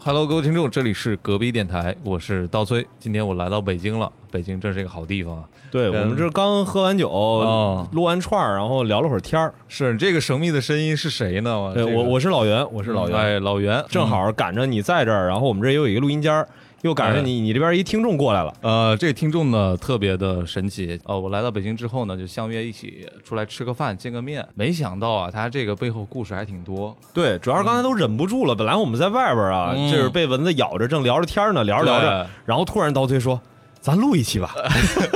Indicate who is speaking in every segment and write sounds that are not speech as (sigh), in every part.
Speaker 1: Hello，各位听众，这里是隔壁电台，我是刀崔。今天我来到北京了，北京真是一个好地方啊！
Speaker 2: 对我们这刚喝完酒，
Speaker 1: 哦
Speaker 2: 撸完串儿，然后聊了会儿天儿。
Speaker 1: 是这个神秘的声音是谁呢？
Speaker 2: 对
Speaker 1: 啊这个
Speaker 2: 呃我我是老袁，我是老袁，
Speaker 1: 哎，老袁，
Speaker 2: 正好赶着你在这儿，然后我们这儿又有一个录音间儿，又赶
Speaker 1: 哎
Speaker 2: 上你你这边一听众过来了。
Speaker 1: 呃，这个听众呢特别的神奇，呃，我来到北京之后呢，就相约一起出来吃个饭、见个面，没想到啊，他这个背后故事还挺
Speaker 2: (laughs)
Speaker 1: 多，
Speaker 2: 对，主要是刚才都忍不住了，本来我们在外边啊，
Speaker 1: 嗯
Speaker 2: 就是被蚊子咬着，正聊着天儿呢，聊着聊着
Speaker 1: 对，
Speaker 2: 然后突然刀崔说：“咱录一期吧。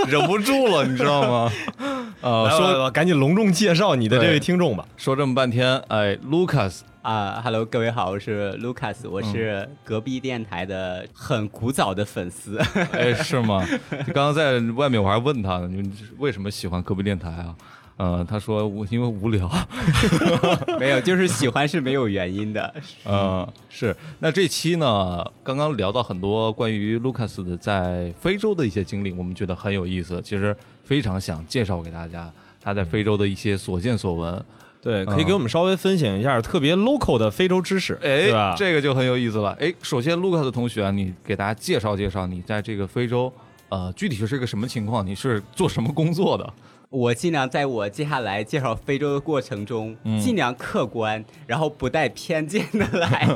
Speaker 1: 忍不住了，你知道
Speaker 2: (laughs)
Speaker 1: 吗？呃，
Speaker 2: 来来
Speaker 1: 说
Speaker 2: 来赶紧隆重介绍你的这位
Speaker 1: 对
Speaker 2: 听众吧。
Speaker 1: 说这么半天，哎，Lucas
Speaker 3: 啊哈喽，各位好，我是 Lucas，我是隔壁电台的很古早的粉丝。 (laughs)
Speaker 1: (laughs) 哎，是吗？就刚刚在外面我还问他呢，你们为什么喜欢隔壁电台啊？呃，他说我因为无聊。
Speaker 3: 没有，就是喜欢是没有原因的。
Speaker 1: 呃，是。那这期呢，刚刚聊到很多关于 Lucas 的在非洲的一些经历，我们觉得很有意思，其实非常想介绍给大家他在非洲的一些所见所闻。
Speaker 2: 对，可以给我们稍微分享一下特别 local 的非洲知识，对
Speaker 1: 嗯哎
Speaker 2: 吧，？
Speaker 1: 这个就很有意思了。哎，首先 Lucas 同学啊，你给大家介绍介绍，你在这个非洲。呃，具体是个什么情况？你是做什么工作的？
Speaker 3: 我尽量在我接下来介绍非洲的过程中，尽量客观，然后不带偏见的来。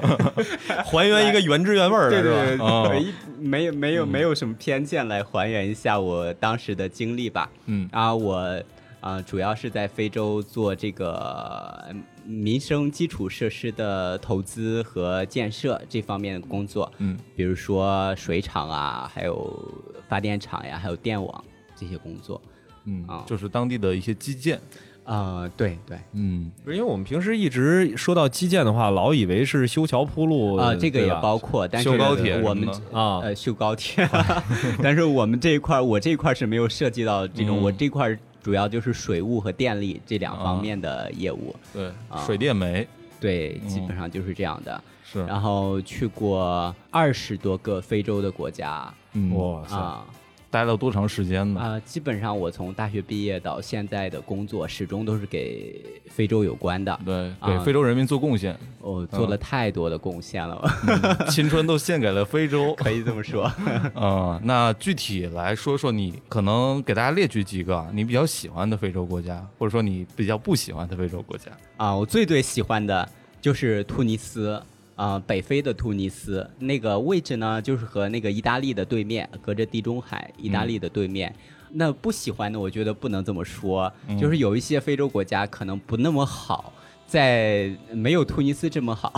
Speaker 2: 还原一个原汁原味儿的，
Speaker 3: 对
Speaker 2: 是吧？
Speaker 3: 对对，
Speaker 1: 哦嗯
Speaker 3: 对一没有没有没有什么偏见来还原一下我当时的经历吧。
Speaker 1: 嗯
Speaker 3: 啊，我啊、呃主要是在非洲做这个嗯民生基础设施的投资和建设这方面的工作，
Speaker 1: 嗯，
Speaker 3: 比如说水厂啊，还有发电厂呀，还有电网这些工作。
Speaker 1: 嗯
Speaker 3: 啊，
Speaker 1: 就是当地的一些基建。
Speaker 3: 啊、对对。
Speaker 1: 嗯，
Speaker 2: 不是因为我们平时一直说到基建的话，老以为是修桥铺路
Speaker 3: 啊、这个
Speaker 2: 对
Speaker 3: 也
Speaker 2: 吧
Speaker 3: 包括，但是
Speaker 1: 修高铁
Speaker 3: 我
Speaker 1: 什么
Speaker 3: 们
Speaker 1: 的
Speaker 2: 啊
Speaker 3: 呃修高铁， (laughs) 但是我们这一块儿，我这一块儿是没有涉及到这种，
Speaker 1: 嗯
Speaker 3: 我这块儿主要就是水务和电力这两
Speaker 1: 啊
Speaker 3: 方面的业务，
Speaker 1: 对，
Speaker 3: 啊
Speaker 1: 水电煤
Speaker 3: 对，
Speaker 1: 嗯
Speaker 3: 基本上就是这样的。
Speaker 1: 是，
Speaker 3: 然后去过二十多个非洲的国家啊
Speaker 1: 嗯，
Speaker 2: 哇塞，
Speaker 3: 啊、
Speaker 1: 待了多长时间呢？
Speaker 3: 基本上我从大学毕业到现在的工作，始终都是给非洲有关的。
Speaker 1: 对，给
Speaker 3: 啊
Speaker 1: 非洲人民做贡献，
Speaker 3: 我、做了太多的贡献了，
Speaker 1: (laughs) 青春都献给了非 (laughs) 洲。
Speaker 3: (laughs) 可以这么说。
Speaker 1: 嗯，那具体来说说你，可能给大家列举几个啊你比较喜欢的非洲国家，或者说你比较不喜欢的非洲国家。
Speaker 3: 啊，我最最喜欢的就是突尼斯，啊、北非的突尼斯那个位置呢，就是和那个意大利的对面，隔着地中海，意大利的对面。那不喜欢的，我觉得不能这么说，就是有一些非洲国家可能不那么好，在没有突尼斯这么好。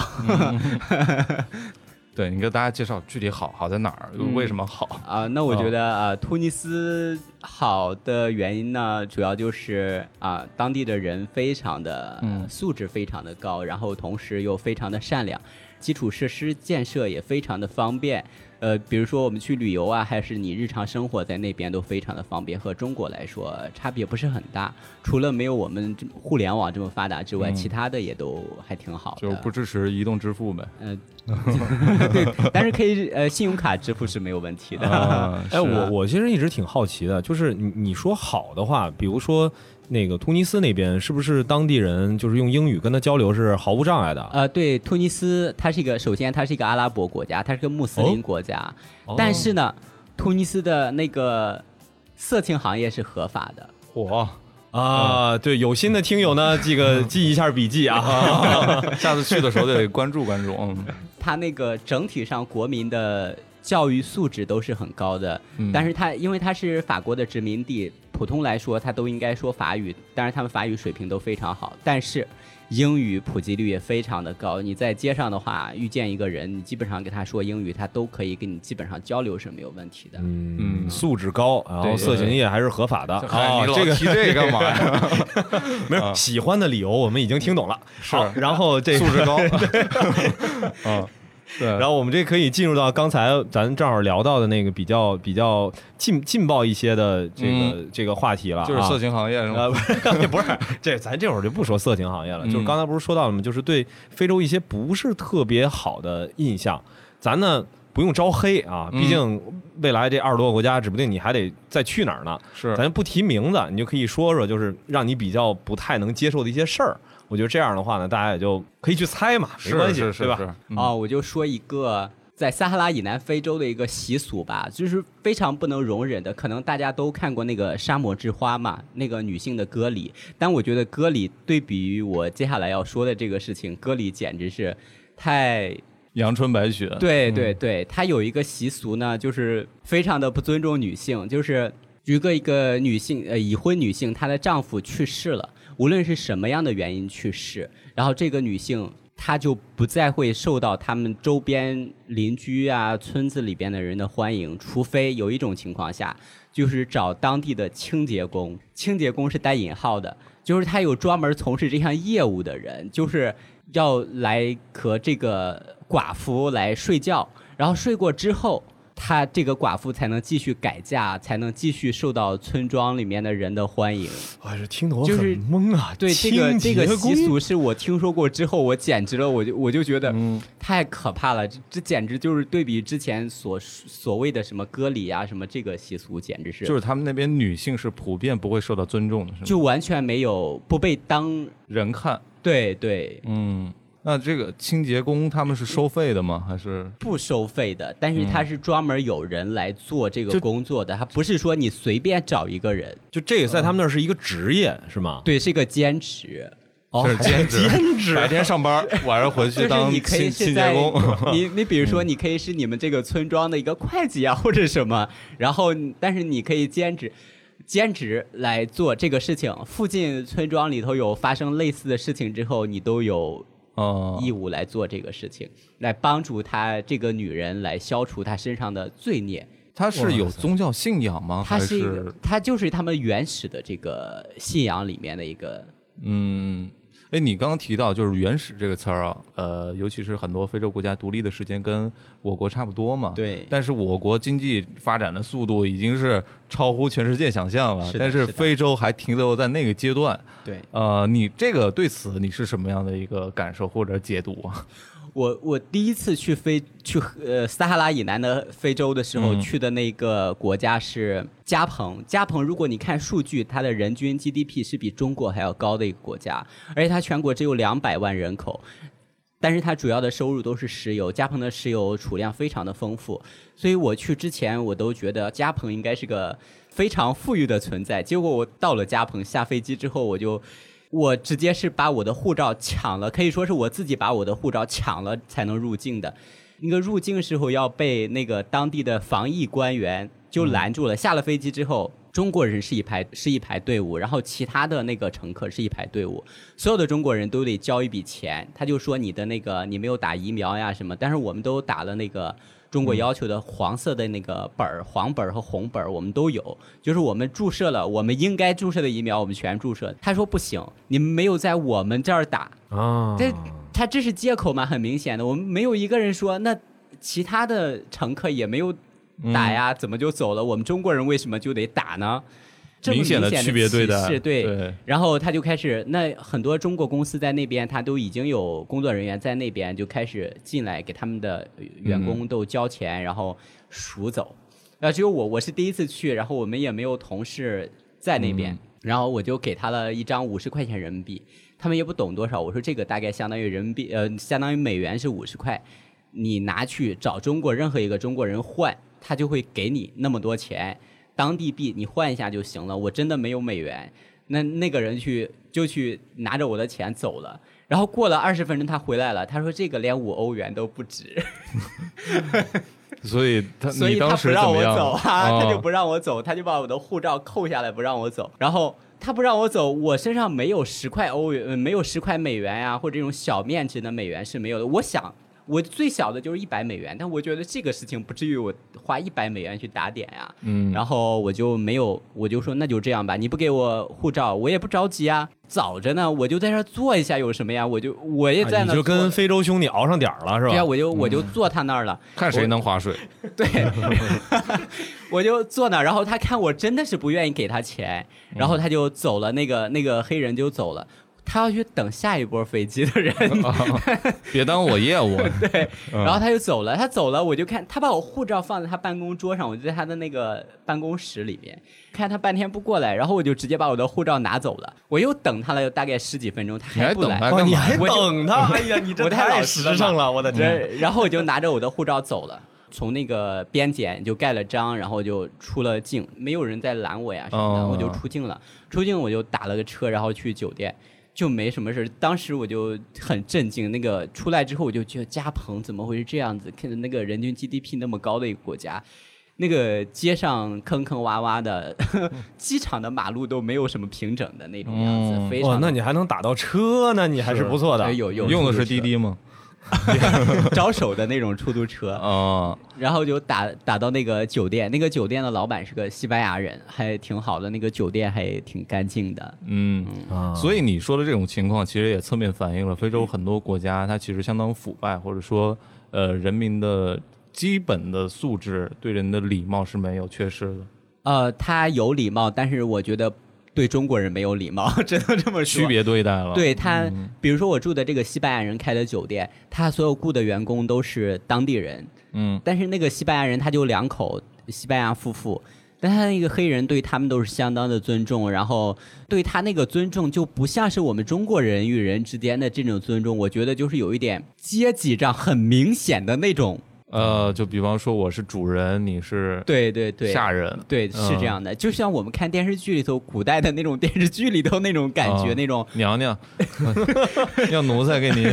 Speaker 1: 对，你给大家介绍具体好好在哪儿，为什么好？
Speaker 3: 啊、那我觉得啊、呃突尼斯好的原因呢，主要就是啊、当地的人非常的、
Speaker 1: 嗯
Speaker 3: 素质非常的高，然后同时又非常的善良，基础设施建设也非常的方便。呃，比如说我们去旅游啊，还是你日常生活在那边都非常的方便，和中国来说差别不是很大，除了没有我们这互联网这么发达之外，其他的也都还挺好的。
Speaker 1: (laughs) 嗯就是不支持移动支付呗。
Speaker 3: 呃， (laughs) 对，但是可以呃，信用卡支付是没有问题的。
Speaker 1: 啊，
Speaker 2: 哎，
Speaker 1: 是
Speaker 2: 我我其实一直挺好奇的，就是你你说好的话，比如说那个突尼斯那边，是不是当地人就是用英语跟他交流是毫无障碍的？
Speaker 3: 呃，对，突尼斯它是一个，首先它是一个阿拉伯国家，它是个穆斯林国家，
Speaker 2: 哦
Speaker 3: 但是呢，突尼斯的那个色情行业是合法的。
Speaker 1: 火，
Speaker 2: 哦啊，对，有心的听友呢，这个记一下笔记
Speaker 3: (laughs)
Speaker 2: 啊。
Speaker 1: (laughs) 下次去的时候得关注关注。 (laughs) 嗯，
Speaker 3: 它那个整体上国民的教育素质都是很高的，
Speaker 1: 嗯
Speaker 3: 但是它因为它是法国的殖民地，普通来说它都应该说法语，当然他们法语水平都非常好，但是英语普及率也非常的高。你在街上的话，遇见一个人，你基本上跟他说英语，他都可以跟你基本上交流是没有问题的。
Speaker 2: 嗯，素质高，然
Speaker 1: 对
Speaker 2: 后色情业还是合法的
Speaker 1: 哎
Speaker 2: 啊
Speaker 1: 你。老
Speaker 2: 这个
Speaker 1: 提 (laughs) 这干嘛呀？
Speaker 2: 没有喜欢的理由，我们已经听懂了。
Speaker 1: 是
Speaker 2: 好然后这个
Speaker 1: 素质 (laughs) 高。嗯，对，
Speaker 2: 然后我们这可以进入到刚才咱正好聊到的那个比较比较劲劲爆一些的这个、这个话题了、啊，
Speaker 1: 嗯就是色情行业是吗？
Speaker 2: (laughs) 啊，不是不是，这咱这会儿就不说色情行业了，
Speaker 1: 嗯
Speaker 2: 就是刚才不是说到了吗？就是对非洲一些不是特别好的印象，咱呢不用招黑啊，
Speaker 1: 嗯
Speaker 2: 毕竟未来这二十多个国家，指不定你还得再去哪儿呢。
Speaker 1: 是
Speaker 2: 咱不提名字，你就可以说说，就是让你比较不太能接受的一些事儿。我觉得这样的话呢，大家也就可以去猜嘛，没
Speaker 1: 是
Speaker 2: 关系，
Speaker 1: 是是
Speaker 3: 啊
Speaker 2: 对吧？
Speaker 1: 是，嗯
Speaker 3: 哦，我就说一个在撒哈拉以南非洲的一个习俗吧，就是非常不能容忍的。可能大家都看过那个《沙漠之花》嘛，那个女性的割礼，但我觉得割礼对比于我接下来要说的这个事情，割礼简直是太
Speaker 1: 阳春白雪，
Speaker 3: 对对对，它有一个习俗呢，就是非常的不尊重女性，就是如果一个女性呃已婚女性，她的丈夫去世了，无论是什么样的原因去世，然后这个女性她就不再会受到他们周边邻居啊、村子里边的人的欢迎，除非有一种情况下，就是找当地的清洁工，清洁工是带引号的，就是他有专门从事这项业务的人，就是要来和这个寡妇来睡觉，然后睡过之后，她这个寡妇才能继续改嫁，才能继续受到村庄里面的人的欢迎。
Speaker 2: 哎呀，这听得我
Speaker 3: 就是
Speaker 2: 很懵啊！
Speaker 3: 对这个
Speaker 2: 清
Speaker 3: 这
Speaker 2: 洁
Speaker 3: 个习
Speaker 2: 工
Speaker 3: 俗，是我听说过之后，我简直了，我就我就觉得
Speaker 1: 嗯
Speaker 3: 太可怕了，这这简直就是对比之前所所谓的什么割礼啊，什么这个习俗，简直是
Speaker 1: 就是他们那边女性是普遍不会受到尊重的，是吗？
Speaker 3: 就完全没有不被当
Speaker 1: 人看，
Speaker 3: 对对
Speaker 1: 嗯，那这个清洁工他们是收费的吗？还是
Speaker 3: 不收费的，但是他是专门有人来做这个
Speaker 2: 就
Speaker 3: 工作的，他不是说你随便找一个人，
Speaker 2: 就这个在他们那儿是一个职业是吗？
Speaker 3: 对，是一个兼职。
Speaker 1: 是兼职？兼职白天上班，晚上回
Speaker 3: (laughs) 就
Speaker 1: 去
Speaker 3: 是
Speaker 1: 当
Speaker 3: 你可
Speaker 1: 清
Speaker 3: 以是
Speaker 1: 清
Speaker 3: 在
Speaker 1: 洁工。
Speaker 3: (laughs) 你你比如说，你可以是你们这个村庄的一个会计啊， (laughs) 或者什么，然后但是你可以兼职。兼职来做这个事情，附近村庄里头有发生类似的事情之后，你都有
Speaker 1: 哦，
Speaker 3: 义务来做这个事情，来帮助她这个女人来消除她身上的罪孽。
Speaker 1: 他是有宗教信仰吗？
Speaker 3: 她
Speaker 1: 还
Speaker 3: 是一个，她就是他们原始的这个信仰里面的一个
Speaker 1: 嗯，哎，你刚刚提到就是“原始”这个词儿啊，呃，尤其是很多非洲国家独立的时间跟我国差不多嘛。。
Speaker 3: 对
Speaker 1: 但是我国经济发展的速度已经是超乎全世界想象了，
Speaker 3: 是的
Speaker 1: 但
Speaker 3: 是
Speaker 1: 是
Speaker 3: 的
Speaker 1: 非洲还停留在那个阶段。
Speaker 3: 对。
Speaker 1: 呃，你这个对此你是什么样的一个感受或者解读啊？ (laughs)
Speaker 3: 我我第一次去非去呃撒哈拉以南的非洲的时候，
Speaker 1: 嗯
Speaker 3: 去的那个国家是加蓬。加蓬，如果你看数据，它的人均 GDP 是比中国还要高的一个国家，而且它全国只有两百万人口，但是它主要的收入都是石油。加蓬的石油储量非常的丰富，所以我去之前我都觉得加蓬应该是个非常富裕的存在。结果我到了加蓬，下飞机之后我就。我直接是把我的护照抢了，可以说是我自己把我的护照抢了才能入境的。那个入境时候要被那个当地的防疫官员就拦住了。下了飞机之后，中国人是一排是一排队伍，然后其他的那个乘客是一排队伍，所有的中国人都得交一笔钱。他就说你的那个你没有打疫苗呀什么，但是我们都打了那个。中国要求的黄色的那个本儿、黄本儿和红本儿，我们都有。就是我们注射了我们应该注射的疫苗，我们全注射。他说不行，你们没有在我们这儿打，
Speaker 2: 啊，
Speaker 3: 这他这是借口嘛，很明显的，我们没有一个人说那其他的乘客也没有打
Speaker 1: 嗯
Speaker 3: 呀，怎么就走了？我们中国人为什么就得打呢？这么
Speaker 1: 明显
Speaker 3: 的
Speaker 1: 的区别对待，
Speaker 3: 是对。
Speaker 1: 对，
Speaker 3: 然后他就开始，那很多中国公司在那边，他都已经有工作人员在那边就开始进来给他们的员工都交钱，然后赎走。然后只有我，我是第一次去，然后我们也没有同事在那边，然后我就给他了一张五十块钱人民币，他们也不懂多少，我说这个大概相当于人民币，呃，相当于美元是五十块，你拿去找中国任何一个中国人换，他就会给你那么多钱，当地币你换一下就行了。我真的没有美元，那那个人去就去拿着我的钱走了。然后过了二十分钟，他回来了，他说这个连五欧元都不值，
Speaker 1: 所以他
Speaker 3: 所
Speaker 1: 你
Speaker 3: 以
Speaker 1: 当
Speaker 3: 他
Speaker 1: 时
Speaker 3: 不让
Speaker 1: 怎么
Speaker 3: 我
Speaker 1: 样
Speaker 3: 走啊，
Speaker 1: 哦
Speaker 3: 他就不让我走，他就把我的护照扣下来不让我走，然后。他不让我走，我身上没有十块欧元，呃没有十块美元呀、或者这种小面值的美元是没有的。我想，我最小的就是一百美元，但我觉得这个事情不至于我花一百美元去打点呀、
Speaker 1: 嗯，
Speaker 3: 然后我就没有，我就说那就这样吧，你不给我护照，我也不着急啊，早着呢，我就在这儿坐一下有什么呀？我就我也在
Speaker 2: 啊
Speaker 3: 那
Speaker 2: 你就
Speaker 3: 儿坐
Speaker 2: 跟啊嗯非洲兄弟熬上点儿了是
Speaker 3: 对呀、
Speaker 2: 吧？
Speaker 3: 我就我就坐他那儿了，
Speaker 1: 看谁能划水。
Speaker 3: 对，我就坐那儿，然后他
Speaker 2: 嗯
Speaker 3: 看我真的是不愿意给他钱，然后他就走了，那个那个黑人就走了。他要去等下一波飞机的人，
Speaker 1: (laughs) 别耽误我业务。
Speaker 3: 对，
Speaker 1: 嗯
Speaker 3: 然后他就走了。他走了，我就看他把我护照放在他办公桌上，我就在他的那个办公室里面看他半天不过来，然后我就直接把我的护照拿走了。我又等他了，有大概十几分钟，他
Speaker 1: 你还
Speaker 3: 不
Speaker 1: 等
Speaker 3: 来。
Speaker 1: 他干嘛？
Speaker 2: 哦还
Speaker 3: 我就
Speaker 2: 他？哎
Speaker 3: (laughs)
Speaker 2: 呀，你
Speaker 3: 我太老实了嗯
Speaker 2: 了， (laughs) 我的
Speaker 3: 这，然后我就拿着我的护照走了。从那个边检就盖了章，然后就出了境，没有人再拦我呀什么的，
Speaker 1: 哦
Speaker 3: 我就出境了。出境我就打了个车，然后去酒店，就没什么事儿。当时我就很震惊，那个出来之后我就觉得加蓬怎么会是这样子？看着那个人均 GDP 那么高的一个国家，那个街上坑坑洼洼的， (laughs) 机场的马路都没有什么平整的那种样子，
Speaker 1: 嗯
Speaker 3: 非常
Speaker 2: 哦哇，那你还能打到车呢，你还是不错的
Speaker 3: 哎。有有
Speaker 1: 用的
Speaker 3: 出租
Speaker 1: 是滴
Speaker 3: 车
Speaker 1: 滴吗？
Speaker 3: (laughs) 招手的那种出租车。
Speaker 1: 啊，
Speaker 3: 然后就打打到那个酒店，那个酒店的老板是个西班牙人，还挺好的，那个酒店还挺干净的。
Speaker 1: 嗯。
Speaker 3: (laughs)
Speaker 2: 啊
Speaker 1: 所以你说的这种情况，其实也侧面反映了非洲很多国家，它其实相当腐败，或者说，呃，人民的基本的素质对人的礼貌是没有缺失的。
Speaker 3: 呃，他有礼貌，但是我觉得对中国人没有礼貌，只能这么说。
Speaker 1: 区别对待了，，
Speaker 3: 对他，比如说我住的这个西班牙人开的酒店，他所有雇的员工都是当地人，
Speaker 1: 嗯，
Speaker 3: 但是那个西班牙人他就两口西班牙夫妇，但他那个黑人对他们都是相当的尊重，然后对他那个尊重就不像是我们中国人与人之间的这种尊重，我觉得就是有一点阶级上很明显的那种。 (laughs)
Speaker 1: 呃，就比方说我是主人，你是
Speaker 3: 对对对，
Speaker 1: 下人，
Speaker 3: 对是这样的，就像我们看电视剧里头古代的那种电视剧里头那种感觉，
Speaker 1: 啊
Speaker 3: 那种
Speaker 1: 娘娘要奴才给您，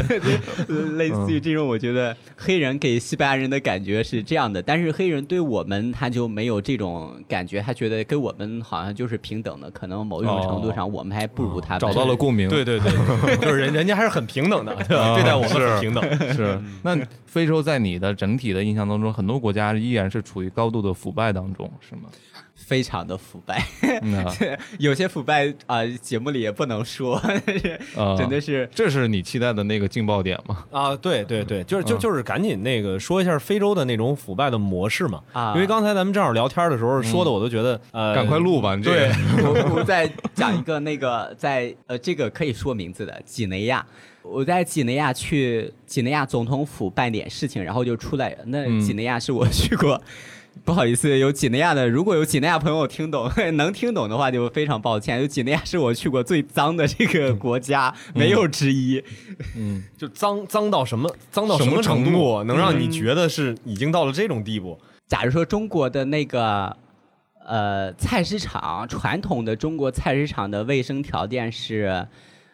Speaker 3: (laughs) 类似于这种，我觉得黑人给西班牙人的感觉是这样的，但是黑人对我们他就没有这种感觉，他觉得跟我们好像就是平等的，可能某一种程度上我们还不如他
Speaker 1: 哦
Speaker 3: 们。
Speaker 1: 找到了共鸣，
Speaker 2: 对对对，就是人人家还是很平等的，对吧？
Speaker 1: 啊
Speaker 2: 对待我们
Speaker 1: 是
Speaker 2: 很平
Speaker 3: (laughs)
Speaker 2: 等。
Speaker 1: 是。那非洲在你的整体的印象当中，很多国家依然是处于高度的腐败当中，是吗？
Speaker 3: (laughs) 非常的腐败，
Speaker 1: 嗯啊，
Speaker 3: 有些腐败啊、节目里也不能说， (laughs)
Speaker 1: 呃
Speaker 3: 真的是。
Speaker 1: 这是你期待的那个劲爆点吗？
Speaker 2: 啊，对对对，就是就
Speaker 1: 嗯
Speaker 2: 就是赶紧那个说一下非洲的那种腐败的模式嘛，
Speaker 3: 啊嗯
Speaker 2: 因为刚才咱们正好聊天的时候说的，我都觉得呃，
Speaker 1: 赶快录吧，你这个
Speaker 2: 对，
Speaker 3: 我我再讲一个那个在呃这个可以说名字的几内亚，我在几内亚去几内亚总统府办点事情，然后就出来了。那
Speaker 1: 嗯
Speaker 3: 几内亚是我去过，不好意思，有几内亚的，如果有几内亚朋友听懂 (laughs) 能听懂的话，就非常抱歉。有几内亚是我去过最脏的这个国家，没有之一。
Speaker 1: 嗯，
Speaker 2: 就脏脏到什么脏到
Speaker 1: 什么
Speaker 2: 么
Speaker 1: 程
Speaker 2: 程嗯
Speaker 1: 度
Speaker 2: 能让你觉得是已经到了这种地步？
Speaker 3: 假如说中国的那个呃菜市场，传统的中国菜市场的卫生条件是，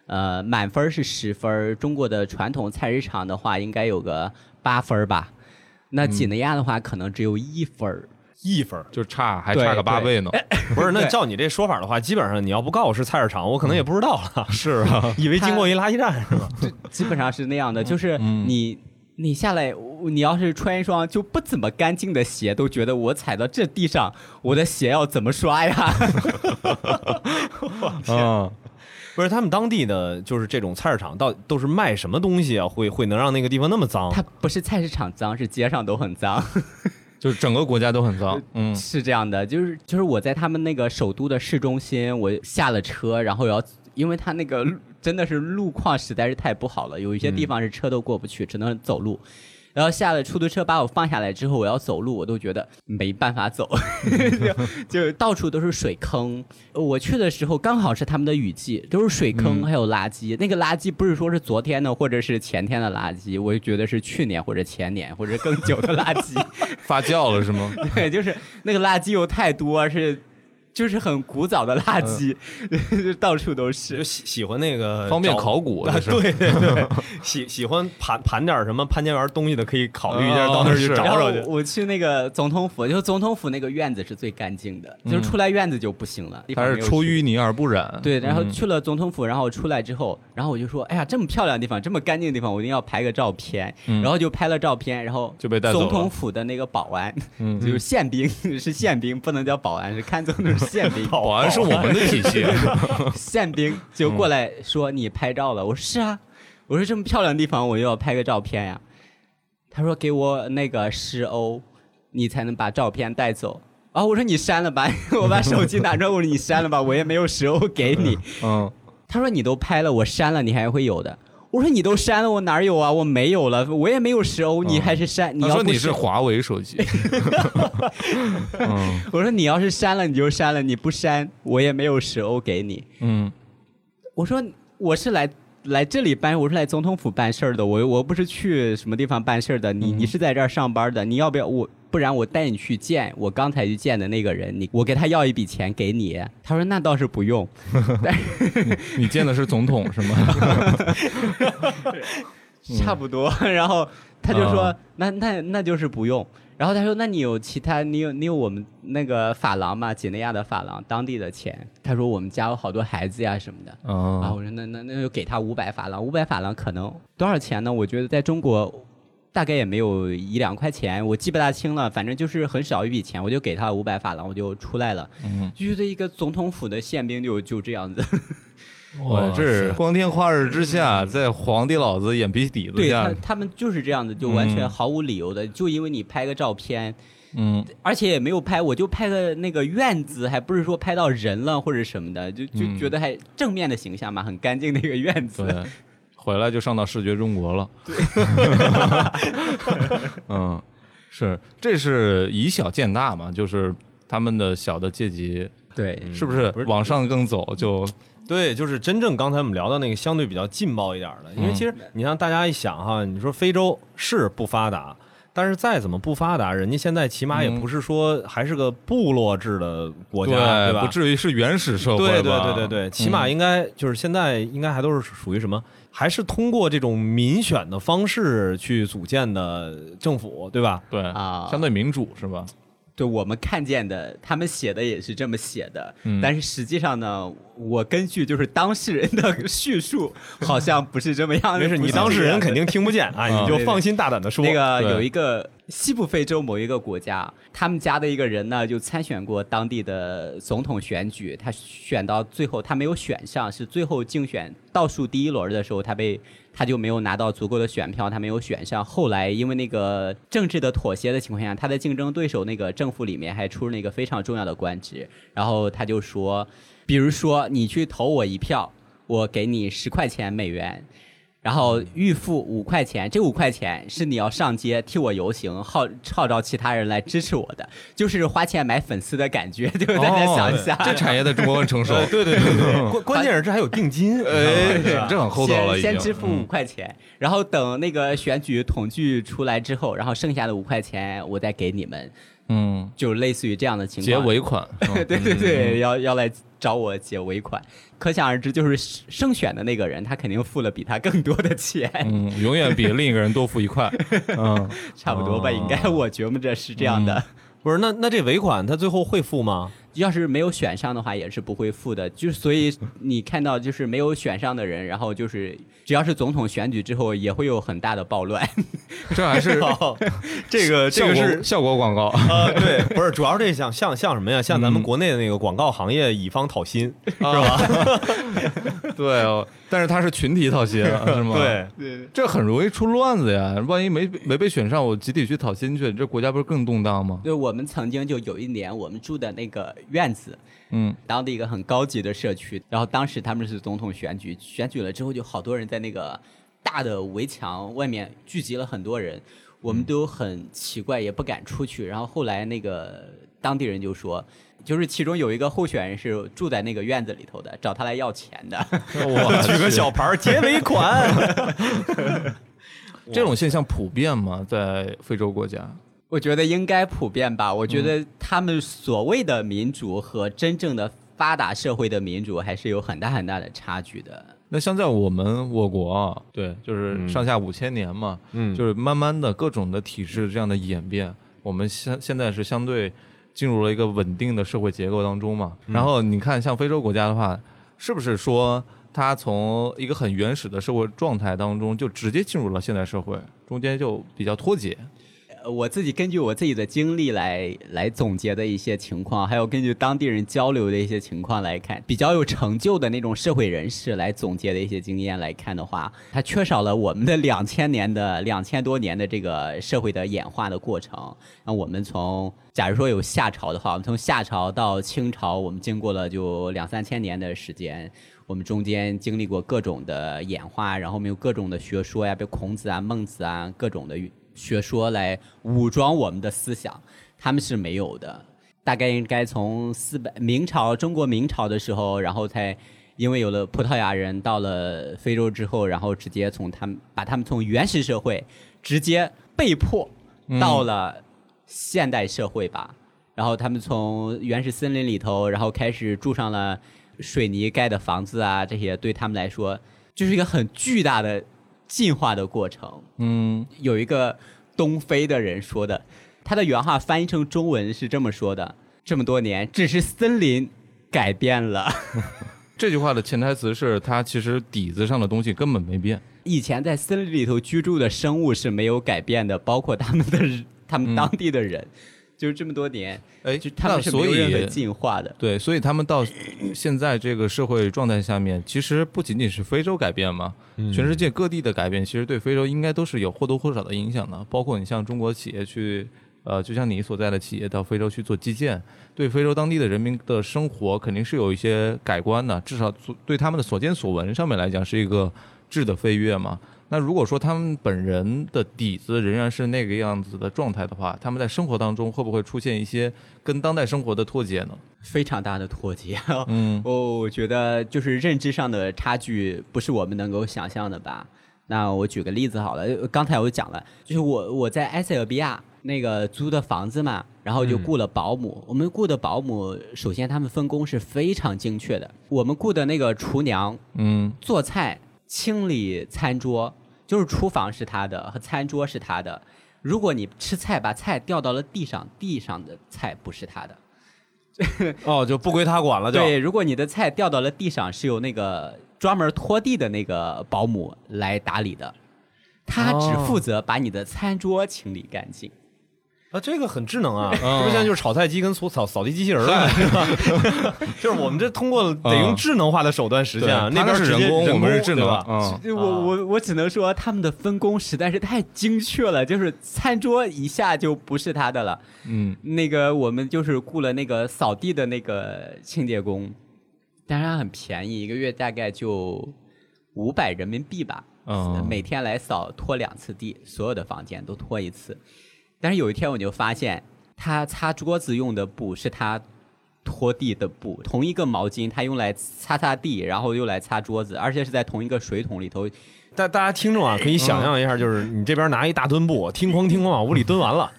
Speaker 3: 呃满分儿是十分儿，中国的传统菜市场的话应该有个八分儿吧。那几内亚的话可能只有一分儿，
Speaker 2: (laughs) 一分儿
Speaker 1: 就差还
Speaker 3: 对哎
Speaker 1: 差个八倍呢，
Speaker 2: 不是？那
Speaker 3: 对
Speaker 2: 照你这说法的话，基本上你要不告诉我是菜市场，我可能也不知道了。 (laughs) 是啊，以为经过一垃圾 (laughs) 站是吧？
Speaker 3: 基本上是那样的，就是
Speaker 1: 嗯
Speaker 3: 你。你下来，我你要是穿一双就不怎么干净的鞋，都觉得我踩到这地上，我的鞋要怎么刷呀？
Speaker 1: 嗯，
Speaker 2: 不是他们当地的就是这种菜市场到都是卖什么东西啊？会会能让那个地方那么脏？
Speaker 3: 它不是菜市场脏，是街上都很脏。
Speaker 1: 就是整个国家都很
Speaker 3: 呃
Speaker 1: 脏，嗯
Speaker 3: 是这样的，就是就是我在他们那个首都的市中心，我下了车，然后要，因为他那个路真的是路况实在是太不好了，有一些地方是车都过不去，只能走路。然后下了出租车把我放下来之后，我要走路，我都觉得没办法走，就就到处都是水坑。我去的时候刚好是他们的雨季，都是水坑还有垃圾。那个垃圾不是说是昨天的或者是前天的垃圾，我就觉得是去年或者前年或者更久的垃圾。
Speaker 1: 发酵了是
Speaker 3: (laughs)
Speaker 1: 吗？ (laughs)
Speaker 3: 对，就是那个垃圾又太多，是就是很古早的垃圾，
Speaker 1: 嗯
Speaker 3: (laughs) 就到处都。
Speaker 2: 就是喜喜欢那
Speaker 3: 呃
Speaker 2: 个
Speaker 1: 方便
Speaker 2: 找
Speaker 1: 考古
Speaker 2: 啊，
Speaker 1: 这是
Speaker 2: (laughs) 对对 (laughs) 对，喜喜欢盘盘点什么潘家园东西的，可以考虑一下，
Speaker 1: 哦
Speaker 2: 到那儿去
Speaker 1: 是
Speaker 2: 找
Speaker 3: 然后
Speaker 2: 找去。
Speaker 3: 我去那个总统府，就总统府那个院子是最干净的，就是出来院子就不行了。地
Speaker 1: 嗯
Speaker 3: 方
Speaker 1: 它
Speaker 3: 没
Speaker 1: 是
Speaker 3: 有
Speaker 1: 出
Speaker 3: 去
Speaker 1: 淤泥而不染，
Speaker 3: 对，然后
Speaker 1: 嗯
Speaker 3: 去了总统府，然后我出来之后，然后我就说，哎呀，这么漂亮的地方，这么干净的地方，我一定要拍个照片。
Speaker 1: 嗯
Speaker 3: 然后就拍了照片，然后
Speaker 1: 就被带走
Speaker 3: 总
Speaker 1: 了
Speaker 3: 统府的那个保安，
Speaker 1: 嗯
Speaker 3: (laughs) 就是宪兵，是宪兵，不能叫保安，是看总统是宪兵。
Speaker 1: (laughs) 保安是我们的体系，啊
Speaker 3: (laughs) 宪兵就过来说你拍照了，我说是
Speaker 1: 嗯
Speaker 3: 啊，我说这么漂亮的地方我又要拍个照片呀、他说给我那个十欧，你才能把照片带走。 (laughs) 啊、我说你删了吧，我把手机拿出来，我说你删了吧，我也没有十欧给你。
Speaker 1: 嗯，
Speaker 3: 他说你都拍了，我删了，你还会有的。我说你都删了，我哪有啊？我没有了，我也没有十欧，你还是删。
Speaker 1: 嗯
Speaker 3: 你
Speaker 1: 他
Speaker 3: 要
Speaker 1: 说
Speaker 3: 不
Speaker 1: 你是
Speaker 3: 删
Speaker 1: 华为手
Speaker 3: (laughs)
Speaker 1: 机，嗯
Speaker 3: 我说你要是删了你就删了，你不删我也没有十欧给你。
Speaker 1: 嗯，
Speaker 3: 我说我是来来这里办，我是来总统府办事儿的，我我不是去什么地方办事儿的，你你是在这儿上班的，你要不要我？不然我带你去见我刚才去见的那个人，你我给他要一笔钱给你。他说那倒是不用，
Speaker 1: 你见的是总统是
Speaker 3: (laughs)
Speaker 1: 吗？
Speaker 3: 差不多。 (laughs) 然后他就说、
Speaker 1: 啊
Speaker 3: 那那那就是不用。然后他说那你有其他你有你有我们那个发廊吗？几内亚的发廊，当地的钱。他说我们家有好多孩子呀什么的。啊，
Speaker 1: 啊，
Speaker 3: 我说那那那就给他五百法郎，五百法郎可能多少钱呢？我觉得在中国大概也没有一两块钱，我记不大清了，反正就是很少一笔钱，我就给他五百法郎，我就出来了。
Speaker 1: 嗯，
Speaker 3: 就觉得一个总统府的宪兵就就这样子，
Speaker 1: 哇，这是
Speaker 2: 塞
Speaker 1: 光天化日之下，在皇帝老子眼皮底子
Speaker 3: (laughs) 对
Speaker 1: 下
Speaker 3: 他，他们就是这样子，就完全毫无理由的，就因为你拍个照片，
Speaker 1: 嗯，
Speaker 3: 而且也没有拍，我就拍个那个院子，还不是说拍到人了或者什么的，就就
Speaker 1: 嗯
Speaker 3: 觉得还正面的形象嘛，很干净的一个院子。
Speaker 1: 对， (laughs) 回来就上到视觉中国了。 (laughs) 嗯，是，这是以小见大嘛，就是他们的小的阶级
Speaker 3: (laughs) 对
Speaker 1: 是不是
Speaker 2: 嗯不是
Speaker 1: 往上更走就
Speaker 2: 对，就是真正刚才我们聊到那个相对比较劲爆一点的，因为其实你像大家一想哈，你说非洲是不发达，但是再怎么不发达，人家现在起码也
Speaker 1: 嗯
Speaker 2: 不是说还是个部落制的国家，对吧？
Speaker 1: 不至于是原始社会
Speaker 2: 对对
Speaker 1: 吧
Speaker 2: 对对对，起码应该就是现在应该还都是属于什么，还是通过这种民选的方式去组建的政府，对吧？
Speaker 1: 对
Speaker 3: 啊
Speaker 1: 相对民主是吧？
Speaker 3: 对我们看见的，他们写的也是这么写的，
Speaker 1: 嗯
Speaker 3: 但是实际上呢，我根据就是当事人的叙述，好像不是这么样的。
Speaker 2: 没事，
Speaker 3: 不
Speaker 2: 你
Speaker 3: 是这样
Speaker 2: 当事人
Speaker 3: 的
Speaker 2: 肯定听不见啊，
Speaker 1: 嗯
Speaker 2: 你就放心大胆的说。
Speaker 3: 那个
Speaker 1: 对
Speaker 3: 有一个西部非洲某一个国家，他们家的一个人呢，就参选过当地的总统选举，他选到最后他没有选上，是最后竞选倒数第一轮的时候，他被他就没有拿到足够的选票，他没有选上。后来因为那个政治的妥协的情况下，他的竞争对手那个政府里面还出了一个非常重要的官职，然后他就说，比如说你去投我一票，我给你十块钱美元，然
Speaker 1: 嗯
Speaker 3: 后预付五块钱，这五块钱是你要上街替我游行，号号召其他人来支持我的，就是花钱买粉丝的感觉， (laughs) 就大家想一下，
Speaker 1: 哦这产业在中国很成熟，
Speaker 2: 呃对对对对，关关键是这还有定金，你知道吗是
Speaker 1: 哎，
Speaker 2: 吧
Speaker 1: 这很厚道了，已
Speaker 3: 先
Speaker 1: 经嗯
Speaker 3: 先支付五块钱，然后等那个选举统计出来之后，然后剩下的五块钱我再给你们，
Speaker 1: 嗯，
Speaker 3: 就类似于这样的情
Speaker 1: 结
Speaker 3: 况。
Speaker 1: 尾
Speaker 2: (laughs)
Speaker 1: 款，嗯
Speaker 3: 对对对，要要来找我结尾款，可想而知，就是胜选的那个人，他肯定付了比他更多的钱，
Speaker 1: 嗯，嗯永远比另一个人多付一块，嗯，
Speaker 3: 差不多吧，应该我觉么着是这样的。
Speaker 2: 不是？那那这尾款他最后会付吗？
Speaker 3: 要是没有选上的话，也是不会付的。就是所以你看到就是没有选上的人，然后就是只要是总统选举之后，也会有很大的暴乱。
Speaker 1: 这还
Speaker 2: (laughs)
Speaker 1: 是
Speaker 2: 这个哦这个
Speaker 1: 效果
Speaker 2: 是
Speaker 1: 效果广告。
Speaker 2: 呃，对， (laughs) 不是，主要是这像像像什么呀？像咱们国内的那个广告行业，以方讨薪，
Speaker 1: 啊对哦，但是他是群体讨薪，是吗？，
Speaker 2: 对，
Speaker 3: 对，
Speaker 1: 这很容易出乱子呀！万一没没被选上，我集体去讨薪去，这国家不是更动荡吗？
Speaker 3: 对我们曾经就有一年，我们住的那个院子，
Speaker 1: 嗯，
Speaker 3: 当地一个很高级的社区，然后当时他们是总统选举，选举了之后就好多人在那个大的围墙外面聚集了很多人，我们都很奇怪，也不敢出去。然后后来那个当地人就说，就是其中有一个候选人是住在那个院子里头的，找他来要钱的。
Speaker 1: 我
Speaker 2: 举个小牌儿 (laughs) 结尾款，
Speaker 1: 这种现象普遍吗？在非洲国家？
Speaker 3: 我觉得应该普遍吧。我觉得他们所谓的民主和真正的发达社会的民主还是有很大很大的差距的。
Speaker 1: 那像在我们我国啊，对，
Speaker 3: 嗯
Speaker 1: 就是上下五千年嘛，
Speaker 2: 嗯
Speaker 1: 就是慢慢的各种的体制这样的演变，我们现现在是相对进入了一个稳定的社会结构当中嘛。
Speaker 3: 嗯
Speaker 1: 然后你看，像非洲国家的话，是不是说它从一个很原始的社会状态当中就直接进入了现代社会，中间就比较脱节？
Speaker 3: 我自己根据我自己的经历来来总结的一些情况，还有根据当地人交流的一些情况来看，比较有成就的那种社会人士来总结的一些经验来看的话，它缺少了我们的两千年的两千多年的这个社会的演化的过程。那我们从假如说有夏朝的话，我们从夏朝到清朝，我们经过了就两三千年的时间。我们中间经历过各种的演化，然后我们有各种的学说呀，比如孔子啊、孟子啊，各种的学说来武装我们的思想，他们是没有的。大概应该从四百明朝中国明朝的时候，然后才因为有了葡萄牙人到了非洲之后，然后直接从他们把他们从原始社会直接被迫到了现代社会吧。然后他们从原始森林里头，然后开始住上了水泥盖的房子啊，这些对他们来说就是一个很巨大的进化的过程。
Speaker 1: 嗯
Speaker 3: 有一个东非的人说的，他的原话翻译成中文是这么说的：这么多年，只是森林改变了， (laughs)
Speaker 1: 这句话的潜台词是，它其实底子上的东西根本没变。
Speaker 3: 以前在森林里头居住的生物是没有改变的，包括他们的人他们当地的人，就是这么多年，
Speaker 1: 哎
Speaker 3: 就，他
Speaker 1: 那
Speaker 3: 们是没
Speaker 1: 所
Speaker 3: 有任何
Speaker 1: 以
Speaker 3: 进化的。
Speaker 1: 对，所以他们到现在这个社会状态下面，其实不仅仅是非洲改变嘛，全世界各地的改变，其实对非洲应该都是有或多或少的影响的。包括你像中国企业去，呃，就像你所在的企业到非洲去做基建，对非洲当地的人民的生活肯定是有一些改观的，至少所对他们的所见所闻上面来讲是一个质的飞跃嘛。那如果说他们本人的底子仍然是那个样子的状态的话，他们在生活当中会不会出现一些跟当代生活的脱节呢？
Speaker 3: 非常大的脱节。
Speaker 1: 嗯
Speaker 3: 哦，我觉得就是认知上的差距不是我们能够想象的吧？那我举个例子好了，呃刚才我讲了，就是我我在埃塞俄比亚那个租的房子嘛，然后就雇了保姆。我们雇的保姆，首先他们分工是非常精确的。我们雇的那个厨娘
Speaker 1: 嗯
Speaker 3: 做菜、清理餐桌，就是厨房是他的和餐桌是他的。如果你吃菜把菜掉到了地上，地上的菜不是他的。
Speaker 2: (laughs) 哦，就不归他管了，就
Speaker 3: 对，如果你的菜掉到了地上，是由那个专门拖地的那个保姆来打理的，他只
Speaker 2: 哦
Speaker 3: 负责把你的餐桌清理干净。
Speaker 2: 啊，这个很智能啊，
Speaker 1: 嗯
Speaker 2: 这不现在就是炒菜机跟扫扫扫地机器人儿了，是吧？就是我们这通过得用智能化的手段实现啊，
Speaker 1: 对
Speaker 2: 那
Speaker 1: 他
Speaker 2: 边
Speaker 1: 那是
Speaker 2: 直接
Speaker 1: 人工，我们是智
Speaker 2: 对
Speaker 1: 能
Speaker 2: 吧？
Speaker 1: 嗯
Speaker 3: 就我呃我我只能说他们的分工实在是太精确了，就是餐桌一下就不是他的了。
Speaker 1: 嗯，
Speaker 3: 那个我们就是雇了那个扫地的那个清洁工，但是他很便宜，一个月大概就五百人民币吧。
Speaker 1: 嗯
Speaker 3: 每天来扫拖两次地，所有的房间都拖一次。但是有一天我就发现，他擦桌子用的布是他拖地的布，同一个毛巾他用来擦擦地，然后又来擦桌子，而且是在同一个水桶里头。
Speaker 2: 大大家听众啊，可以想象一下，就是你这边拿一大墩布，听哐听哐往屋里蹲完了，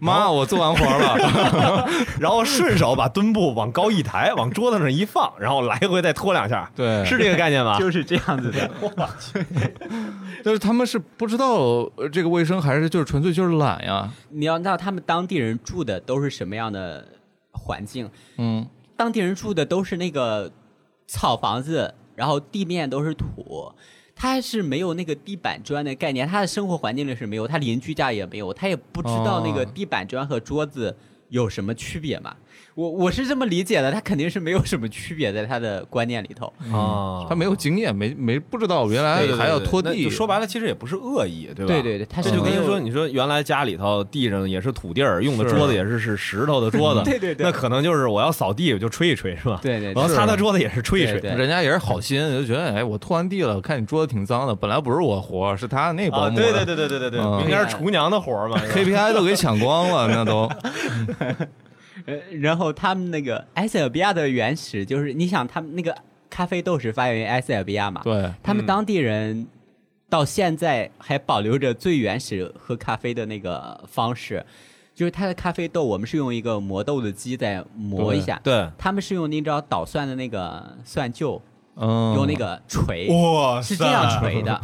Speaker 1: 妈，我做完活 (laughs) 了，
Speaker 2: 然后顺手把墩布往高一抬，往桌子上一放，然后来回再拖两下，
Speaker 1: 对，
Speaker 2: 是这个概念吧？
Speaker 3: 就是这样子的， (laughs)
Speaker 1: 就是他们是不知道呃这个卫生，还是就是纯粹就是懒呀，
Speaker 3: 你要知道他们当地人住的都是什么样的环境，啊
Speaker 1: 嗯
Speaker 3: 当地人住的都是那个草房子，然后地面都是土，他是没有那个地板砖的概念，他的生活环境里是没有，他邻居家也没有，他也不知道那个
Speaker 1: 哦
Speaker 3: 地板砖和桌子有什么区别嘛。我我是这么理解的，他肯定是没有什么区别，在他的观念里头。
Speaker 2: 啊
Speaker 1: 他没有经验，没没不知道原来
Speaker 2: 对对对
Speaker 1: 还要拖
Speaker 2: 那
Speaker 1: 地，
Speaker 2: 就说白了，其实也不是恶意，对吧？
Speaker 3: 对对对，他
Speaker 2: 这
Speaker 3: 是
Speaker 2: 就跟
Speaker 3: 没
Speaker 2: 人
Speaker 3: 有
Speaker 2: 说，你说原来家里头地上也是土地儿，用的
Speaker 1: 是
Speaker 2: 桌子也是是石头的 (laughs) 桌子，
Speaker 3: 对对对
Speaker 2: 那可能就是我要扫地我就吹一吹，是吧？
Speaker 3: 嗯对对对
Speaker 2: 我要擦擦桌子也是吹一
Speaker 3: 对对
Speaker 2: 吹。
Speaker 1: 人家也是好心，就觉得哎，我拖完地了，看你桌子挺脏的，本来不是我活儿，是他那
Speaker 3: 啊
Speaker 1: 保姆的，
Speaker 2: 啊对对对对对对对，
Speaker 1: 嗯
Speaker 2: 应该是厨娘的活儿嘛。
Speaker 3: 嗯
Speaker 2: 是吧
Speaker 1: KPI 都给抢光了，那都，
Speaker 3: 呃，然后他们那个埃塞俄比亚的原始就是，你想他们那个咖啡豆是发源于埃塞俄比亚嘛？
Speaker 2: 嗯
Speaker 1: 对，
Speaker 3: 他们当地人到现在还保留着最原始喝咖啡的那个方式，就是它的咖啡豆，我们是用一个磨豆的机在磨一下，
Speaker 2: 对，
Speaker 3: 他们是用那招捣蒜的那个蒜臼，
Speaker 1: 嗯，
Speaker 3: 用那个锤，
Speaker 2: 哇
Speaker 3: 是这样锤。的，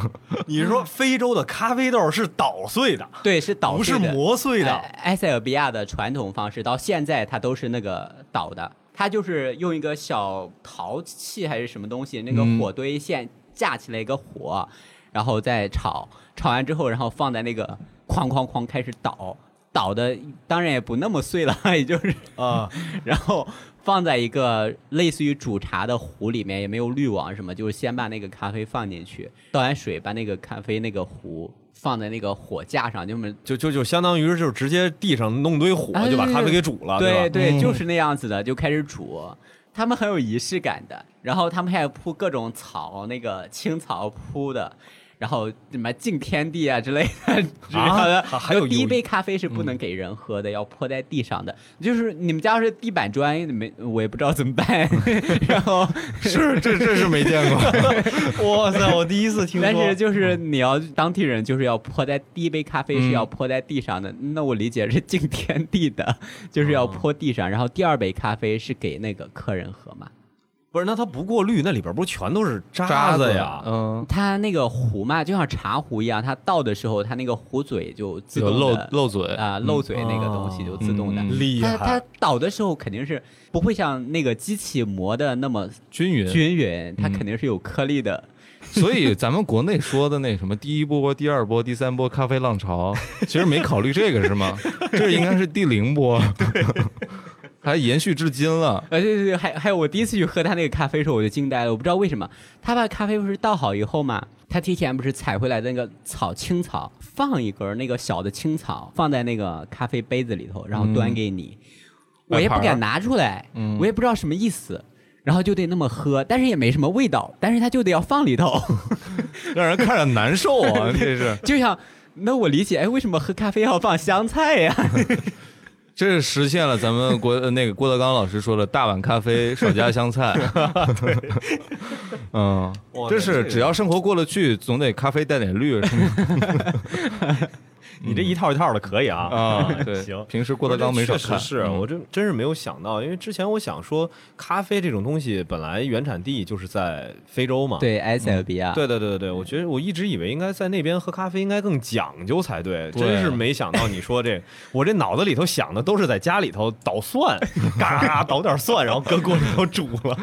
Speaker 2: 你说非洲的咖啡豆是捣碎的，
Speaker 3: 对，是捣
Speaker 2: 不
Speaker 3: 碎
Speaker 2: 是
Speaker 3: 的，
Speaker 2: 磨碎
Speaker 3: 哎
Speaker 2: 的。
Speaker 3: 埃塞俄比亚的传统方式到现在它都是那个倒的，它就是用一个小陶器还是什么东西，那个
Speaker 1: 嗯
Speaker 3: 火堆线架起来一个火，然后再炒，炒完之后，然后放在那个哐哐哐开始倒，捣的当然也不那么碎了，也就是
Speaker 2: 啊，
Speaker 3: 然后放在一个类似于煮茶的壶里面，也没有滤网什么，就是先把那个咖啡放进去，倒完水，把那个咖啡那个壶放在那个火架上，就是
Speaker 2: 就就就相当于是就直接地上弄堆火
Speaker 3: 哎
Speaker 2: 就把咖啡给煮了，
Speaker 3: 对
Speaker 2: 吧？对，
Speaker 1: 嗯
Speaker 3: 就是那样子的，就开始煮。他们很有仪式感的，然后他们还铺各种草，那个青草铺的，然后什么敬天地啊之类的， (laughs) 之类的
Speaker 2: 啊还还有
Speaker 3: 第一
Speaker 2: 有嗯
Speaker 3: 杯咖啡是不能给人喝的，要泼在地上的。就是你们家要是地板砖，你们我也不知道怎么办。 (laughs) 然后， (laughs)
Speaker 1: 是这这是没见过，
Speaker 2: 哇塞，我第一次听说，
Speaker 3: 但是就是你要当地人，就是要泼在第一杯咖啡是
Speaker 2: 嗯
Speaker 3: 要泼在地上的。那我理解是敬天地的，就是
Speaker 2: 哦
Speaker 3: 要泼地上。然后第二杯咖啡是给那个客人喝嘛。
Speaker 2: 不是那它不过滤，那里边不是全都是
Speaker 1: 渣
Speaker 2: 子呀
Speaker 1: 呀？，嗯，
Speaker 3: 它那个壶嘛，就像茶壶一样，它倒的时候，它那个壶嘴就自
Speaker 1: 有
Speaker 3: 动
Speaker 1: 漏
Speaker 3: 地
Speaker 1: 漏嘴嗯
Speaker 3: 啊、漏嘴那个东西就自动的。
Speaker 1: 嗯嗯嗯
Speaker 2: 嗯哦厉
Speaker 3: 它它
Speaker 2: 害！
Speaker 3: 倒的时候肯定是不会像那个机器磨的那么
Speaker 1: 均匀，
Speaker 3: 均匀，
Speaker 2: 嗯
Speaker 3: 它肯定是有颗粒的。
Speaker 1: 所以咱们国内说的那什么第一波、第二波、第三波咖啡浪潮，
Speaker 2: (laughs)
Speaker 1: 其实没考虑这个是吗？这应该是第零
Speaker 2: (laughs)
Speaker 1: 波，还延续至今了。
Speaker 3: 呃，对对对，还还有我第一次去喝他那个咖啡的时候，我就惊呆了，我不知道为什么他把咖啡不是倒好以后嘛，他提前不是采回来的那个草青草，放一根儿那个小的青草放在那个咖啡杯子里头，然后端给你，我也不敢拿出来，我也不知道什么意思。然后就得那么喝，但是也没什么味道，但是他就得要放里头， (laughs)
Speaker 1: 让人看着难受
Speaker 2: (laughs)
Speaker 1: 啊！这是，
Speaker 3: 就像那我理解，哎，为什么喝咖啡要放香菜呀？
Speaker 1: 这是实现了咱们国呃那个郭德纲老师说的“大碗咖啡，少加香
Speaker 2: (laughs)
Speaker 1: 菜” 。嗯，
Speaker 2: 哇
Speaker 1: 这
Speaker 2: 这
Speaker 1: 是
Speaker 2: 个
Speaker 1: 只要生活过得去，总得咖啡带点绿是
Speaker 2: (laughs)
Speaker 1: 吗
Speaker 2: 你这一套一套的可以啊
Speaker 1: 啊。
Speaker 2: (laughs)
Speaker 1: 对，
Speaker 2: 行。
Speaker 1: 平时郭德纲没少
Speaker 2: 确实
Speaker 1: 看，
Speaker 2: 是
Speaker 1: 嗯
Speaker 2: 我真真是没有想到，因为之前我想说，咖啡这种东西本来原产地就是在非洲嘛。
Speaker 3: 对，埃塞俄比亚，
Speaker 2: 对对对对对我觉得我一直以为应该在那边喝咖啡应该更讲究才对，
Speaker 1: 对啊
Speaker 2: 真是没想到你说 (laughs) 这，我这脑子里头想的都是在家里头捣 (laughs) 蒜，嘎嘎嘎捣点蒜，然后搁锅里头煮了。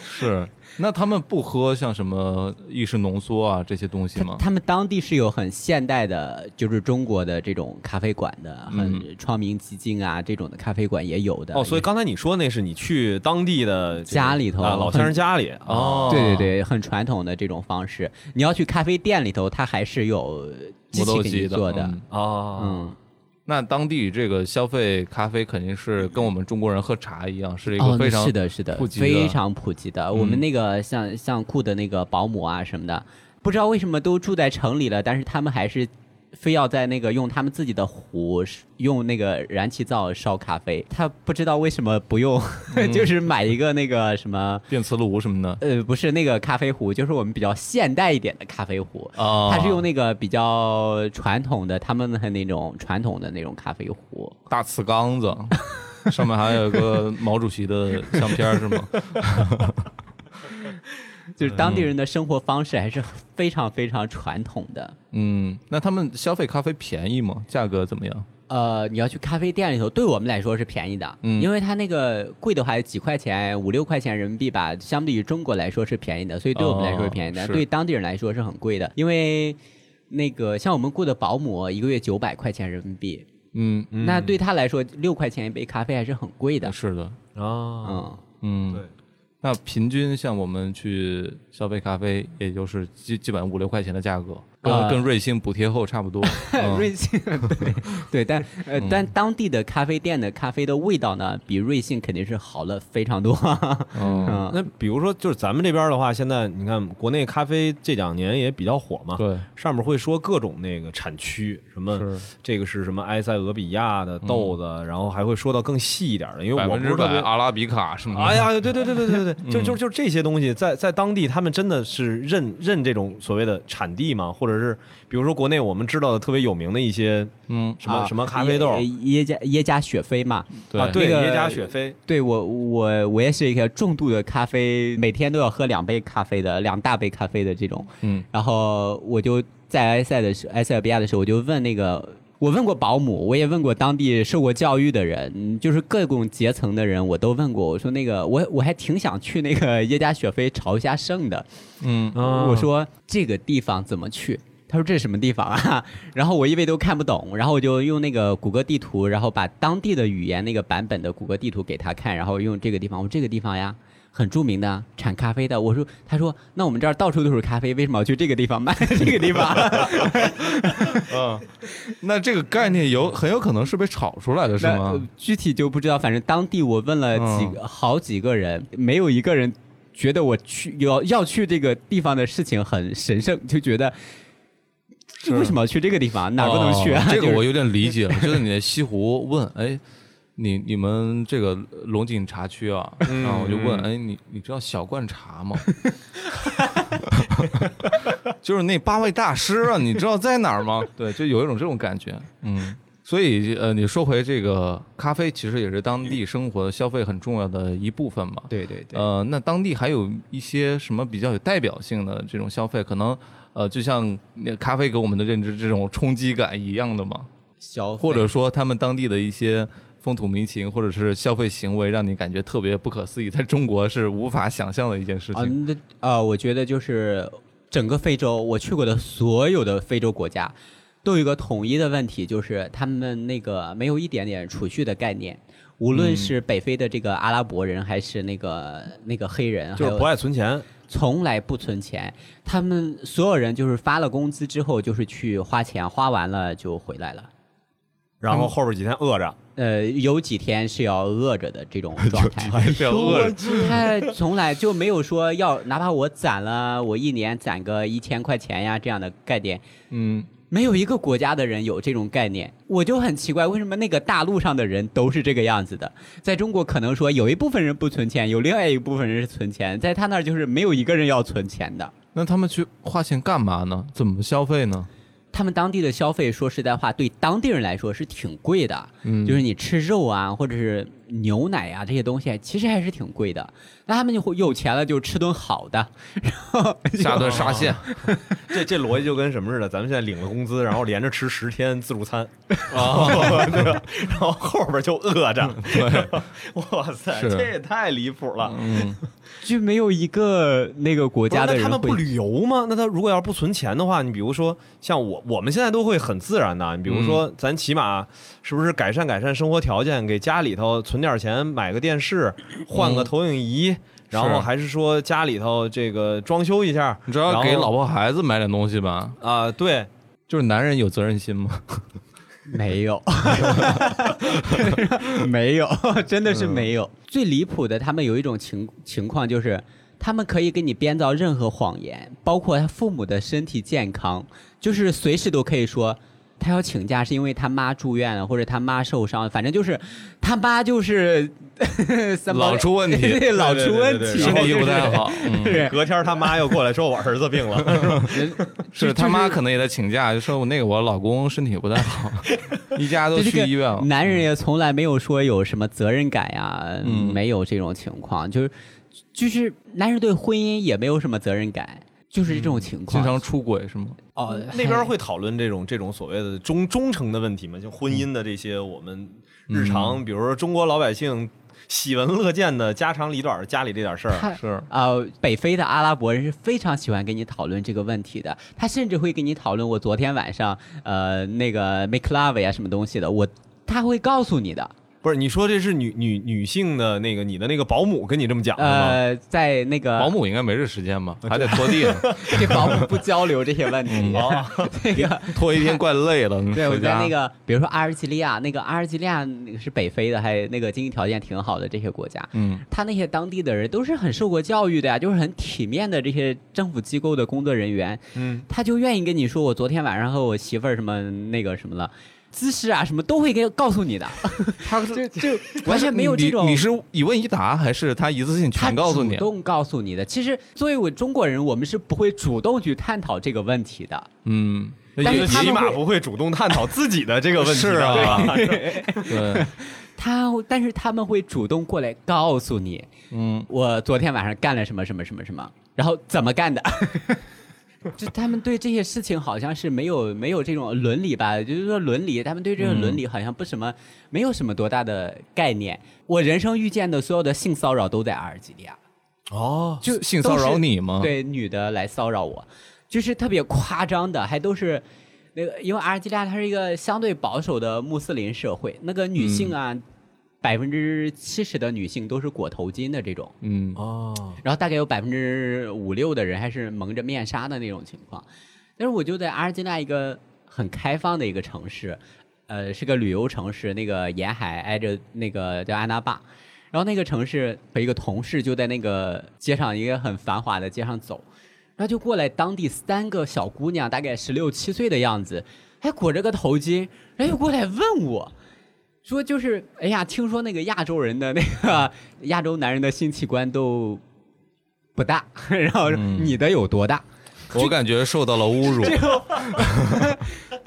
Speaker 1: 是。那他们不喝像什么意式浓缩啊这些东西吗
Speaker 3: 他？他们当地是有很现代的，就是中国的这种咖啡馆的，
Speaker 1: 嗯
Speaker 3: 很创明基金啊这种的咖啡馆也有的。
Speaker 2: 哦，所以刚才你说那是你去当地的这个
Speaker 3: 家里
Speaker 2: (laughs)
Speaker 3: 头
Speaker 2: 啊，老先生家里
Speaker 1: 哦
Speaker 3: 对对对，很传统的这种方式。你要去咖啡店里头，它还是有机
Speaker 1: 磨
Speaker 3: 器
Speaker 1: 豆
Speaker 3: 给
Speaker 1: 机
Speaker 3: 你做的。
Speaker 1: 嗯
Speaker 2: 哦，
Speaker 3: 嗯，
Speaker 1: 那当地这个消费咖啡肯定是跟我们中国人喝茶一样，是一
Speaker 3: 哦
Speaker 1: 个，非常、
Speaker 3: 是的，是的
Speaker 1: 普，及的嗯
Speaker 3: 非常普及的。我们那个像像库的那个保姆啊什么的，不知道为什么都住在城里了，但是他们还是非要在那个用他们自己的壶，用那个燃气灶烧咖啡。他不知道为什么不用，
Speaker 1: 嗯
Speaker 3: (laughs) 就是买一个那个什么。
Speaker 1: 电磁炉什么的
Speaker 3: 呃，不是那个咖啡壶，就是我们比较现代一点的咖啡壶，
Speaker 1: 哦
Speaker 3: (laughs) 它是用那个比较传统的，他们的那种传统的那种咖啡壶，
Speaker 1: 大瓷缸
Speaker 3: (laughs)
Speaker 1: 子，上面还有个毛主席的相片儿是吗？
Speaker 3: (laughs) 就是当
Speaker 1: 嗯
Speaker 3: 地人的生活方式还是非常非常传统的。
Speaker 1: 嗯，那他们消费咖啡便宜吗？价格怎么样？
Speaker 3: 呃，你要去咖啡店里头，对我们来说是便宜的，
Speaker 1: 嗯
Speaker 3: 因为它那个贵的话几块钱，五六块钱人民币吧，相对于中国来说是便宜的，所以对我们来说是便宜的，
Speaker 1: 哦是
Speaker 3: 对当地人来说是很贵的，因为那个像我们雇的保姆一个月九百块钱人民币，
Speaker 1: 嗯，
Speaker 3: 那对他来说六块钱一杯咖啡还是很贵的，
Speaker 1: 是的，
Speaker 2: 啊，
Speaker 3: 嗯，
Speaker 1: 嗯，那平均像我们去消费咖啡，也就是基基本五六块钱的价格，跟、
Speaker 3: 啊
Speaker 1: 跟瑞幸补贴后差不多。嗯
Speaker 3: (laughs) 瑞幸对对，但呃、但当地的咖啡店的咖啡的味道呢，比瑞幸肯定是好了非常多，
Speaker 1: 嗯，
Speaker 3: 嗯，
Speaker 2: 那比如说，就是咱们这边的话，现在你看国内咖啡这两年也比较火嘛，
Speaker 1: 对，
Speaker 2: 上面会说各种那个产区，什么
Speaker 1: 是
Speaker 2: 这个是什么埃塞俄比亚的豆子，然后还会说到更细一点的，因为
Speaker 1: 百
Speaker 2: 我
Speaker 1: 分
Speaker 2: 不
Speaker 1: 之
Speaker 2: 是特
Speaker 1: 百啊嗯
Speaker 2: 别。
Speaker 1: 阿拉比卡什么的。
Speaker 2: 哎呀，对对对对对对对，就就就这些东西，在在当地他们真的是认认这种所谓的产地嘛，或者是比如说国内我们知道的特别有名的一些
Speaker 1: 嗯，
Speaker 2: 什么、
Speaker 3: 啊
Speaker 2: 什么咖啡豆
Speaker 3: (laughs) 耶耶加耶加雪菲嘛，
Speaker 1: 对
Speaker 2: 啊，对，
Speaker 3: 那个
Speaker 2: 耶加雪菲，
Speaker 3: 对我我我也是一个重度的咖啡，每天都要喝两杯咖啡的，两大杯咖啡的这种。
Speaker 1: 嗯，
Speaker 3: 然后我就在埃塞的时埃塞俄比亚的时候，我就问那个。我问过保姆，我也问过当地受过教育的人，嗯就是各种阶层的人，我都问过。我说那个，我我还挺想去那个耶加雪菲朝一下圣的。
Speaker 1: 嗯
Speaker 2: 哦
Speaker 3: 我说这个地方怎么去？他说这是什么地方啊？ (laughs) 然后我因为都看不懂，然后我就用那个谷歌地图，然后把当地的语言那个版本的谷歌地图给他看，然后用这个地方，我说这个地方呀。很著名的产咖啡的，我说，他说，那我们这儿到处都是咖啡，为什么要去这个地方买 (laughs) 这个地方？
Speaker 1: 嗯，那这个概念有很有可能是被炒出来的，是
Speaker 3: 那
Speaker 1: 吗嗯
Speaker 3: 呃？具体就不知道，反正当地我问了几个、好几个人，没有一个人觉得我去要要去这个地方的事情很神圣，就觉得这为什么要去这个地方？哪儿不能去啊？
Speaker 1: 哦这
Speaker 3: (laughs) 就
Speaker 1: 个
Speaker 3: 是
Speaker 1: 我有点理解了，就是你在西湖问，哎，你你们这个龙井茶区啊，
Speaker 3: 嗯
Speaker 1: 然后我就问，哎，你你知道小罐茶吗？ (laughs) 就是那八位大师啊，你知道在哪儿
Speaker 3: (laughs)
Speaker 1: 吗？对，就有一种这种感觉，嗯。所以，呃，你说回这个咖啡，其实也是当地生活消费很重要的一部分嘛。
Speaker 3: 对对对，
Speaker 1: 呃，那当地还有一些什么比较有代表性的这种消费，可能呃，就像那咖啡给我们的认知这种冲击感一样的嘛，
Speaker 3: 消费
Speaker 1: 或者说他们当地的一些风土民情或者是消费行为，让你感觉特别不可思议，在中国是无法想象的一件事
Speaker 3: 啊，
Speaker 1: 情。
Speaker 3: 那呃，我觉得就是整个非洲，我去过的所有的非洲国家，都有一个统一的问题，就是他们那个没有一点点储蓄的概念。无
Speaker 1: 嗯
Speaker 3: 论是北非的这个阿拉伯人，还是那个那个黑人，
Speaker 2: 就是
Speaker 3: 还有
Speaker 2: 不爱存钱，
Speaker 3: 从来不存钱，他们所有人就是发了工资之后就是去花钱，花完了就回来了。
Speaker 2: 然后后边几天饿着，
Speaker 3: 呃，有几天是要饿着的这种
Speaker 1: (laughs)
Speaker 3: 状态。
Speaker 1: 还是要饿着，
Speaker 3: 他从来就没有说要，哪怕我攒了我一年攒个一千块钱呀这样的概念，
Speaker 1: 嗯，
Speaker 3: 没有一个国家的人有这种概念，我就很奇怪，为什么那个大陆上的人都是这个样子的？在中国可能说有一部分人不存钱，有另外一部分人是存钱，在他那儿就是没有一个人要存钱的。
Speaker 1: 那他们去花钱干嘛呢？怎么消费呢？
Speaker 3: 他们当地的消费，说实在话，对当地人来说是挺贵的。
Speaker 1: 嗯， (laughs)
Speaker 3: 就是你吃肉啊，或者是牛奶啊这些东西，其实还是挺贵的。那他们就会有钱了就吃顿好的，然后
Speaker 1: 下顿沙县，
Speaker 2: 这这逻辑就跟什么似的，咱们现在领了工资，然后连着吃十天自助餐，
Speaker 3: 啊
Speaker 2: 然后后边就饿着，
Speaker 3: 嗯
Speaker 2: 哇塞，
Speaker 1: 是
Speaker 2: 这也太离谱了。
Speaker 1: (laughs) 嗯，
Speaker 3: 就没有一个那个国
Speaker 2: 不是
Speaker 3: 家的
Speaker 2: 那他
Speaker 3: 人
Speaker 2: 们
Speaker 3: 会
Speaker 2: 不旅游吗？那他如果要是不存钱的话，你比如说像我，我们现在都会很自然的，你比如
Speaker 3: 嗯
Speaker 2: 说咱起码是不是改善改善生活条件，给家里头存点钱，买个电视，换
Speaker 3: 嗯
Speaker 2: 个投影仪，然后还是说家里头这个装修一下，
Speaker 1: 你知道
Speaker 2: 然后
Speaker 1: 给老婆孩子买点东西吧？
Speaker 2: 啊、对，
Speaker 1: 就是男人有责任心吗？
Speaker 3: 没 (laughs) 有，没有，真的是没有。最离谱的，他们有一种情情况就是，他们可以给你编造任何谎言，包括他父母的身体健康，就是随时都可以说。他要请假是因为他妈住院了，或者他妈受伤了，反正就是他妈就是 (laughs) somebody-
Speaker 1: 老出问 (laughs) 题
Speaker 3: 对老出
Speaker 2: 对对
Speaker 3: 问
Speaker 2: 对
Speaker 3: 题，
Speaker 2: 对
Speaker 1: 身体不太好， (laughs) 嗯。
Speaker 3: 对，
Speaker 2: 隔天他妈又过来说我儿子病了，
Speaker 1: 是他妈可能也在请假，就说我那个我老公身体不太
Speaker 3: (laughs)
Speaker 1: 好，一家都
Speaker 3: 对这
Speaker 1: 去
Speaker 3: 个
Speaker 1: 医院了。
Speaker 3: 男人也从来没有说有什么责任感呀，
Speaker 1: 嗯
Speaker 3: 没有这种情况，就是就是男人对婚姻也没有什么责任感，就是这种情况。
Speaker 1: 经常出轨是吗？
Speaker 2: 啊
Speaker 3: 哦，
Speaker 2: 那边会讨论这种 (laughs) 这种所谓的忠忠诚的问题吗？就婚姻的这些我们日
Speaker 3: 嗯
Speaker 2: 常，比如说中国老百姓喜闻乐见的家长里短儿，家里这点事
Speaker 3: (laughs)
Speaker 2: 儿，
Speaker 3: 他
Speaker 1: 是，
Speaker 3: 呃，北非的阿拉伯人是非常喜欢跟你讨论这个问题的，他甚至会跟你讨论我昨天晚上呃那个 make love 呀什么东西的，我他会告诉你的。
Speaker 2: 不是你说这是女女女性的那个你的那个保姆跟你这么讲的吗？
Speaker 3: 呃，在那个
Speaker 1: 哦保姆应该没这时间吧？还得拖地呢，
Speaker 3: (laughs) 这保姆不交流这些问
Speaker 1: 嗯
Speaker 3: 题，
Speaker 1: 哦
Speaker 3: (laughs) 这个。
Speaker 1: 拖一天怪累了。
Speaker 3: 对，我
Speaker 1: 回
Speaker 3: 在
Speaker 1: 家
Speaker 3: 那个，比如说阿尔及利亚，那个阿尔及利亚那个是北非的，还有那个经济条件挺好的这些国家，
Speaker 1: 嗯
Speaker 3: 他那些当地的人都是很受过教育的呀，就是很体面的这些政府机构的工作人员，
Speaker 2: 嗯，
Speaker 3: 他就愿意跟你说，我昨天晚上和我媳妇儿什么那个什么了。姿势啊，什么都会给告诉你的，
Speaker 1: 他这这
Speaker 3: 完全没有这种
Speaker 1: 你你是一问一答，还是他一次性
Speaker 3: 他
Speaker 1: 全告诉
Speaker 3: 主
Speaker 1: 你？啊
Speaker 3: 动告诉你的。其实作为我中国人，我们是不会主动去探讨这个问题的。
Speaker 1: 嗯，
Speaker 3: 但
Speaker 1: 也
Speaker 3: 是他
Speaker 2: 起
Speaker 3: 们
Speaker 2: 码
Speaker 3: 会
Speaker 2: 不会主动探讨自己的这个问题
Speaker 1: 是
Speaker 2: 的，对
Speaker 3: (laughs)
Speaker 2: 吧
Speaker 1: 啊，
Speaker 2: (laughs)
Speaker 1: 对，
Speaker 3: 他，但是他们会主动过来告诉你， (laughs)
Speaker 1: 嗯，
Speaker 3: 我昨天晚上干了什么什么什么什么，然后怎么干的？ (laughs) 就他们对这些事情好像是没有没有这种伦理吧，就是说伦理，他们对这个伦理好像不什么、没有什么多大的概念。我人生遇见的所有的性骚扰都在阿尔及利亚，
Speaker 2: 哦，
Speaker 1: 就性骚
Speaker 3: 都
Speaker 1: 扰
Speaker 3: 是
Speaker 1: 你吗？，
Speaker 3: 对女的来骚扰我，就是特别夸张的，还都是那个，因为阿尔及利亚它是一个相对保守的穆斯林社会，那个女性啊，百分之七十的女性都是裹头巾的这种，
Speaker 1: 嗯，
Speaker 2: 哦，
Speaker 3: 然后大概有百分之五六的人还是蒙着面纱的那种情况。但是我就在阿尔及利亚一个很开放的一个城市，呃，是个旅游城市，那个沿海挨着那个叫安纳坝。然后那个城市和一个同事就在那个街上一个很繁华的街上走，然后就过来当地三个小姑娘，大概十六七岁的样子，还裹着个头巾，然后又过来问我。说就是，哎呀，听说那个亚洲人的那个亚洲男人的性器官都不大， (laughs) 然后你的有多大？
Speaker 1: 我感觉受到了侮辱。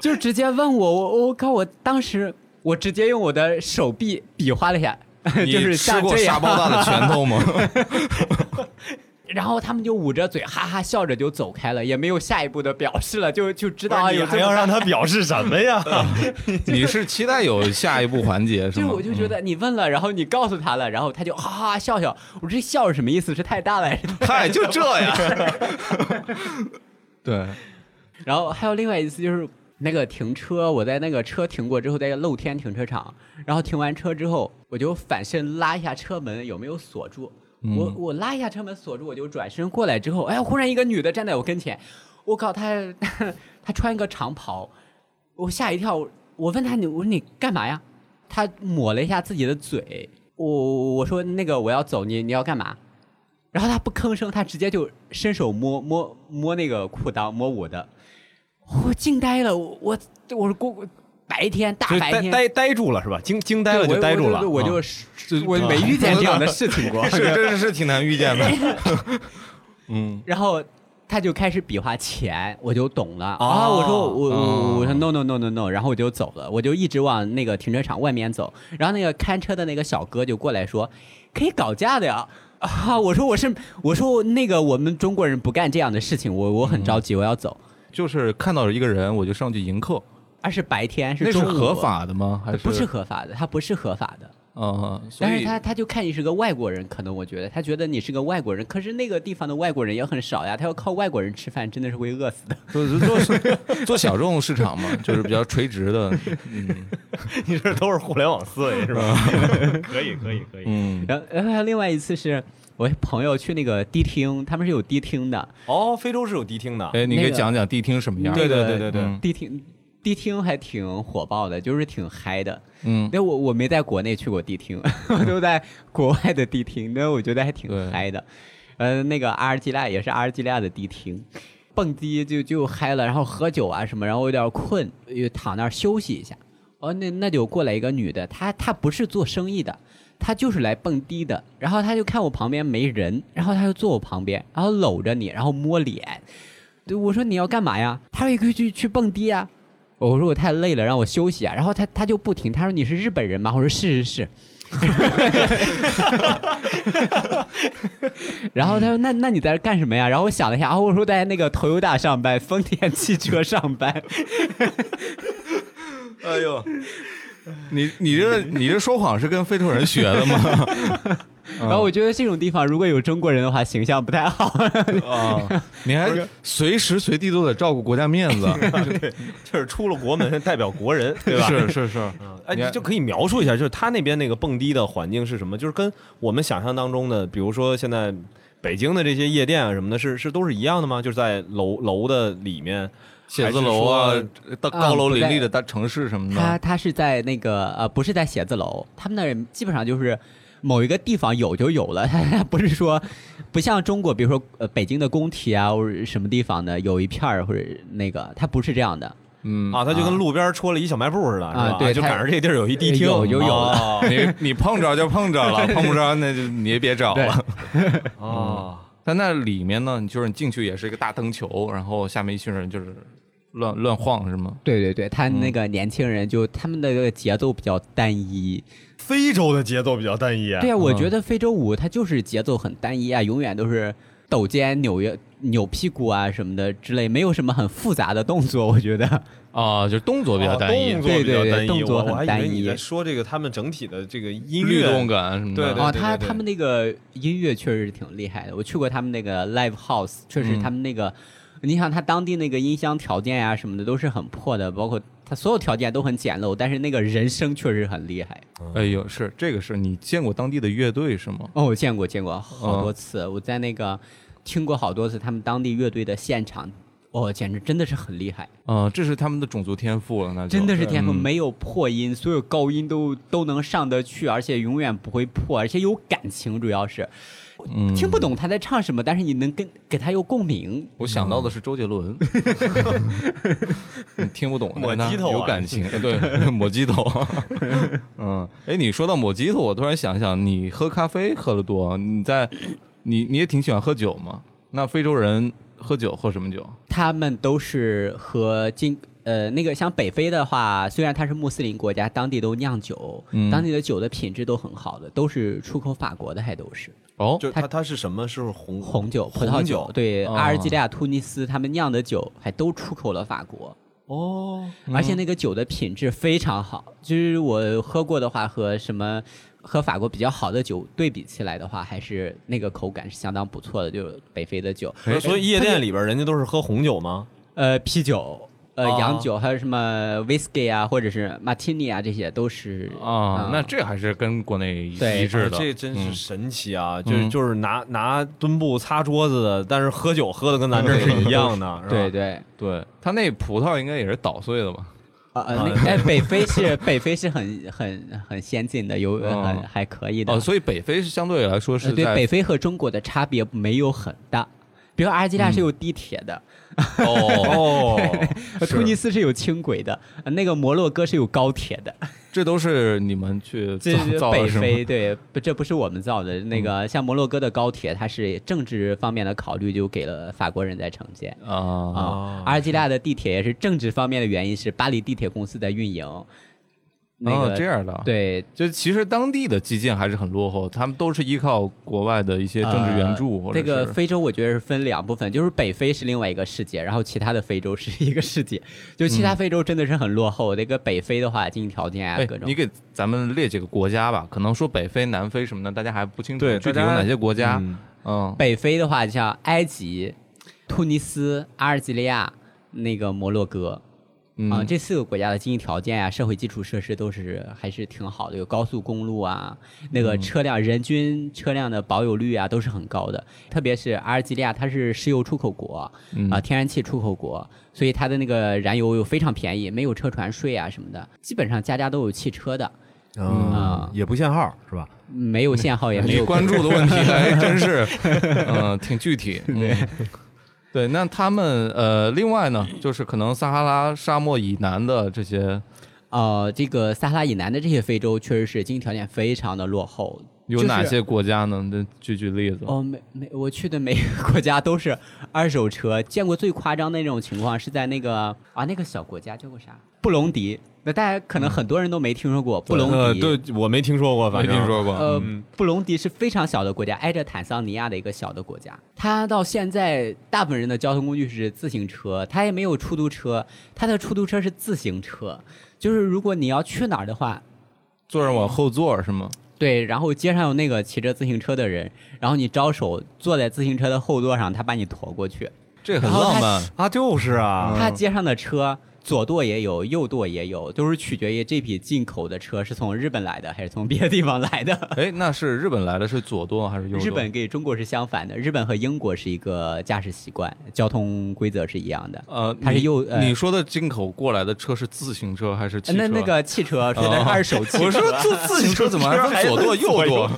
Speaker 3: 就直接问我，我我靠，我当时我直接用我的手臂比划了一下， (laughs) 就
Speaker 1: 你吃
Speaker 3: 是像
Speaker 1: 过
Speaker 3: 这
Speaker 1: 沙
Speaker 3: 样，
Speaker 1: 包大的拳头吗？
Speaker 3: (laughs) 然后他们就捂着嘴哈哈笑着就走开了，也没有下一步的表示了，就就知道啊
Speaker 2: 你
Speaker 3: 有这
Speaker 2: 还
Speaker 3: 么
Speaker 2: 要
Speaker 3: 大
Speaker 2: 让他表示什么呀？
Speaker 1: 你是期待有下一步环节是
Speaker 3: 就
Speaker 1: 吗？嗯
Speaker 3: 是 (laughs) 我就觉得你问了，然后你告诉他了，然后他就哈哈笑笑。我说这笑是什么意思？是太大了还是？
Speaker 1: (laughs) 嗨，就这样。 (laughs) 对，，
Speaker 3: 然后还有另外一次就是那个停车，我在那个车停过之后，在一个露天停车场，然后停完车之后，我就反身拉一下车门，有没有锁住？我我拉一下车门锁住，我就转身过来之后，哎呀，忽然一个女的站在我跟前，我靠，她 (laughs) 她穿一个长袍，我吓一跳，我问她你我说你干嘛呀？她抹了一下自己的嘴，我我说那个我要走，你你要干嘛？然后她不吭声，她直接就伸手摸摸摸那个裤裆，摸我的，我惊呆了，我我我说过白天大
Speaker 2: 就
Speaker 3: (laughs) 白
Speaker 2: 呆
Speaker 3: 天
Speaker 2: 呆呆住了是吧？惊惊呆了
Speaker 3: 对
Speaker 2: 就
Speaker 3: 我
Speaker 2: 呆住了，
Speaker 3: 我
Speaker 2: 啊
Speaker 3: 就我就我没遇见这样的事
Speaker 2: (laughs)
Speaker 3: 情过
Speaker 1: 是真是是挺难遇见的。 (laughs) 嗯，
Speaker 3: 然后他就开始比划钱，我就懂了
Speaker 2: 哦
Speaker 3: 啊！我说我
Speaker 1: 哦
Speaker 3: 我我说 no no no no no，然后我就走了，我就一直往那个停车场外面走，然后那个看车的那个小哥就过来说，可以搞价的呀。啊！我说我是，我说那个我们中国人不干这样的事情，我我很着急，
Speaker 1: 嗯
Speaker 3: 我要走。
Speaker 1: 就是看到一个人，我就上去迎客，
Speaker 3: 而是白天是
Speaker 1: 那是
Speaker 3: 中午啊
Speaker 1: 合，法的吗？还是
Speaker 3: 不是？合法的，他不是合法的。
Speaker 1: 啊，所
Speaker 3: 但是
Speaker 1: 以
Speaker 3: 他他就看你是个外国人，可能我觉得他觉得你是个外国人，可是那个地方的外国人也很少呀，他要靠外国人吃饭，真的是会饿死的。
Speaker 1: 就是做做小众市场嘛，就是比较垂直的。嗯
Speaker 2: (laughs) 你这都是互联网思维是
Speaker 3: (laughs)
Speaker 2: 吧？可以可以可以。
Speaker 1: 嗯，
Speaker 3: 然后然后还有另外一次是我朋友去那个迪厅，他们是有迪厅的，
Speaker 2: 哦，非洲是有迪厅的，
Speaker 1: 哎，你
Speaker 3: 那
Speaker 1: 给
Speaker 3: 个
Speaker 1: 讲讲迪厅什么样？
Speaker 2: 对
Speaker 3: 那
Speaker 2: 对
Speaker 3: 个
Speaker 2: 对对对
Speaker 1: 嗯，
Speaker 3: 迪厅迪厅还挺火爆的，就是挺嗨的。
Speaker 1: 嗯，
Speaker 3: 那我我没在国内去过迪厅， (laughs) 我都在国外的迪厅，那我觉得还挺
Speaker 1: 对
Speaker 3: 嗨的。呃，那个阿尔及利亚也是阿尔及利亚的迪厅，蹦迪就就嗨了，然后喝酒啊什么，然后有点困，又躺那儿休息一下。哦，那那就过来一个女的，她她不是做生意的，她就是来蹦迪的。然后她就看我旁边没人，然后她就坐我旁边，然后搂着你，然后摸脸。对，我说你要干嘛呀？她说也可以去去蹦迪啊。我说我太累了，让我休息啊。然后她她就不停，她说你是日本人吗？我说是是是。然后她说：“那那你在这干什么呀？”然后我想了一下，啊，我说在那个 Toyota 上班， (laughs) 丰田汽车上班。
Speaker 1: 哎呦，你你这你这说谎是跟非洲人学的吗？
Speaker 3: 然后我觉得这种地方如果有中国人的话，形象不太好。
Speaker 1: 啊， (laughs) 你还随时随地都得照顾国家面 (laughs) 子，
Speaker 2: 就是出了国门代表国人，对吧？
Speaker 1: 是是是，
Speaker 2: 哎，
Speaker 1: 你
Speaker 2: 你
Speaker 1: 看
Speaker 2: 就可以描述一下，就是他那边那个蹦迪的环境是什么？就是跟我们想象当中的，比如说现在北京的这些夜店啊什么的，是是都是一样的吗？就是在楼楼的里面，
Speaker 1: 写字楼啊
Speaker 2: 还是，
Speaker 1: 到高楼林立的大城市什么
Speaker 3: 他
Speaker 1: 的，
Speaker 3: 他是在那个呃，不是在写字楼，他们那儿基本上就是某一个地方有就有了， (laughs) 他不是说不像中国，比如说呃北京的工体啊，或者什么地方的有一片儿或者那个，它不是这样的。
Speaker 1: 嗯
Speaker 2: 啊，他就跟路边戳了一小卖部似的，是
Speaker 3: 啊
Speaker 2: 吧？
Speaker 3: 对
Speaker 2: 就
Speaker 3: 他
Speaker 2: 赶上这地儿有一迪厅，
Speaker 3: 有有有
Speaker 2: 哦
Speaker 1: 你你碰着就碰着 (laughs) 了，碰不着那就你也别找了。
Speaker 2: 哦，
Speaker 1: 但那里面呢，你就是你进去也是一个大灯球，然后下面一群人就是乱乱晃是吗？
Speaker 3: 对对对，他那个年轻人就他们的这个节奏比较单一。
Speaker 2: 非洲的节奏比较单一啊
Speaker 3: 对啊，我
Speaker 1: 嗯
Speaker 3: 觉得非洲舞它就是节奏很单一啊，永远都是抖肩、扭腰、扭屁股啊什么的之类，没有什么很复杂的动作，
Speaker 2: (laughs)
Speaker 3: 我觉得。
Speaker 1: 啊，就是动作比较单一
Speaker 2: 哦动，作比较
Speaker 3: 对对对
Speaker 2: 单一，
Speaker 3: 动作
Speaker 2: 我
Speaker 3: 很
Speaker 2: 我还以为
Speaker 3: 单
Speaker 2: 你
Speaker 3: 一
Speaker 2: 在说这个他们整体的这个音
Speaker 1: 律
Speaker 2: 乐
Speaker 1: 动感什么的。
Speaker 2: 对
Speaker 3: 哦，
Speaker 2: 对
Speaker 3: 他
Speaker 2: 对
Speaker 3: 他
Speaker 2: 嗯
Speaker 3: 们那个音乐确实是挺厉害的，我去过他们那个 live house，确实他们那个你想，它当地那个音箱条件呀、啊什么的都是很破的，包括它所有条件都很简陋，但是那个人声确实很厉害。
Speaker 1: 哎呦，是这个是你见过当地的乐队是吗？
Speaker 3: 哦，我见过见过
Speaker 2: 嗯
Speaker 3: 好多次，我在那个听过好多次他们当地乐队的现场，哦，简直真的是很厉害，
Speaker 1: 啊，这是他们的种族天赋了，那就
Speaker 3: 真的是天赋，
Speaker 1: 嗯
Speaker 3: 没有破音，所有高音都都能上得去，而且永远不会破，而且有感情，主要是
Speaker 1: 嗯
Speaker 3: 听不懂他在唱什么，但是你能跟给他有共鸣。
Speaker 1: 我想到的是周杰 (laughs) 伦，你听不懂，
Speaker 2: 抹
Speaker 1: 但
Speaker 2: 鸡
Speaker 1: 他
Speaker 2: 头啊
Speaker 1: 有感情，对，抹鸡头。
Speaker 2: (laughs)
Speaker 1: 嗯，哎，你说到抹鸡头，我突然想一想，你喝咖啡喝的多，你在你你也挺喜欢喝酒嘛？那非洲人喝酒喝什么酒？
Speaker 3: 他们都是和金呃那个像北非的话，虽然它是穆斯林国家，当地都酿酒，
Speaker 1: 嗯
Speaker 3: 当地的酒的品质都很好的，都是出口法国的，还都是。
Speaker 1: 哦，
Speaker 2: 就它它是什么？是红
Speaker 3: 红酒、葡
Speaker 2: 红
Speaker 3: 萄
Speaker 2: 酒
Speaker 3: 对，
Speaker 1: 哦
Speaker 3: 阿尔及利亚、突尼斯他们酿的酒还都出口了法国，
Speaker 2: 哦，
Speaker 3: 而且那个酒的品质非常好。就是我喝过的话，和什么和法国比较好的酒对比起来的话，还是那个口感是相当不错的，就是北非的酒，
Speaker 1: 哎
Speaker 2: 所以夜店里边人家都是喝红酒吗？
Speaker 3: 呃，啤酒。呃，
Speaker 2: 哦
Speaker 3: 洋酒还有什么 whisky 啊，或者是 martini 啊，这些都是
Speaker 1: 啊，那这还是跟国内一
Speaker 3: 对
Speaker 1: 致
Speaker 2: 啊
Speaker 1: 的，
Speaker 2: 这真是
Speaker 1: 嗯
Speaker 2: 神奇啊！
Speaker 1: 嗯
Speaker 2: 就就是拿拿墩布擦桌子的，但是喝酒喝的跟咱这儿是一样的，是吧
Speaker 3: 对对，
Speaker 1: 嗯对他那葡萄应该也是捣碎的吧？
Speaker 3: 啊呃，那哎，北非是北非是很很很先进的，有
Speaker 1: 哦
Speaker 3: 很还可以的。
Speaker 1: 哦，所以北非是相对来说
Speaker 3: 呃
Speaker 1: 是
Speaker 3: 对
Speaker 1: 在
Speaker 3: 北非和中国的差别没有很大。比如阿尔及利亚是有地铁的，
Speaker 1: 哦，
Speaker 2: 哦，
Speaker 3: 呃突尼斯是有轻轨的，呃那个摩洛哥是有高铁的。
Speaker 1: 这都是你们去
Speaker 3: 这
Speaker 1: 造
Speaker 3: 是
Speaker 1: 造
Speaker 3: 北
Speaker 1: 的是吗？嗯
Speaker 3: 非，对，不，这不是我们造的。那个像摩洛哥的高铁，它是政治方面的考虑，就给了法国人在承建。
Speaker 1: 啊，
Speaker 3: 啊，阿尔及利亚的地铁也是政治方面的原因，是巴黎地铁公司在运营。那
Speaker 1: 哦
Speaker 3: 个
Speaker 1: 这样的啊，
Speaker 3: 对
Speaker 1: 就其实当地的基建还是很落后，他们都是依靠国外的一些政治援助，或
Speaker 3: 呃
Speaker 1: 者
Speaker 3: 这个
Speaker 1: 是
Speaker 3: 非洲我觉得是分两部分，就是北非是另外一个世界，然后其他的非洲是一个世界。就其他非洲真的是很落后，那个北非的话，经济条件啊
Speaker 1: 嗯哎
Speaker 3: 各，种
Speaker 1: 你。给咱们列几个国家吧？可能说北非、南非什么的，大家还不清楚
Speaker 2: 对
Speaker 1: 具体
Speaker 2: 大
Speaker 1: 有
Speaker 2: 家
Speaker 1: 哪些国家。
Speaker 2: 嗯
Speaker 1: 嗯，
Speaker 3: 北非的话，像埃及、突尼斯、阿尔及利亚、那个摩洛哥。啊、
Speaker 1: 嗯
Speaker 3: 这四个国家的经济条件啊，社会基础设施都是还是挺好的，有高速公路啊，那
Speaker 1: 嗯
Speaker 3: 个车辆、人均车辆的保有率啊都是很高的。特别是阿尔及利亚，它是石油出口国啊、
Speaker 1: 嗯
Speaker 3: 天然气出口国，所以它的那个燃油又非常便宜，没有车船税啊什么的，基本上家家都有汽车的，
Speaker 2: 嗯
Speaker 3: 啊，
Speaker 2: 也不限号是吧？
Speaker 3: 没有限号也没
Speaker 1: (laughs) 你
Speaker 3: 有
Speaker 1: 关注的问题
Speaker 3: (laughs)
Speaker 1: 还真是，嗯，挺具体。对，对，那他们呃，另外呢，就是可能撒哈拉沙漠以南的这些
Speaker 3: 呃，这个撒哈拉以南的这些非洲确实是经济条件非常的落后。
Speaker 1: 有
Speaker 3: 就是
Speaker 1: 哪些国家呢？那举举例子。
Speaker 3: 哦，每每我去的每个国家都是二手车，见过最夸张的那种情况是在那个啊那个小国家叫过啥？布隆迪。那大家可能很多人都没听说过布隆
Speaker 2: 呃
Speaker 3: 迪。
Speaker 2: 嗯对我没听说过，反
Speaker 1: 没
Speaker 2: 正嗯
Speaker 1: 听说过，嗯
Speaker 3: 呃，布隆迪是非常小的国家，挨着坦桑尼亚的一个小的国家。它到现在大部分人的交通工具是自行车，它也没有出租车，它的出租车是自行车。就是如果你要去哪儿的话，
Speaker 1: 坐着往后座是吗？
Speaker 3: 对，然后街上有那个骑着自行车的人，然后你招手坐在自行车的后座上，他把你驮过去。
Speaker 1: 这很
Speaker 3: 然后
Speaker 1: 浪
Speaker 3: 他
Speaker 1: 漫。
Speaker 2: 啊，就是啊，
Speaker 1: 嗯
Speaker 2: (laughs)
Speaker 3: 他街上的车左舵也有，右舵也有，都是取决于这批进口的车是从日本来的还是从别的地方来的。
Speaker 1: 哎，那是日本来的是左舵还是右舵？
Speaker 3: 日本给中国是相反的，日本和英国是一个驾驶习惯、交通规则是一样的。
Speaker 1: 呃，
Speaker 3: 它是
Speaker 1: 你
Speaker 3: 右呃
Speaker 1: 你说的进口过来的车是自行车还是汽车？啊
Speaker 3: 那那个汽车
Speaker 1: (laughs)
Speaker 3: 哦说的是二手汽车，
Speaker 1: 我说 (laughs) 自自行车怎么还分左舵右
Speaker 3: (laughs)
Speaker 1: 舵？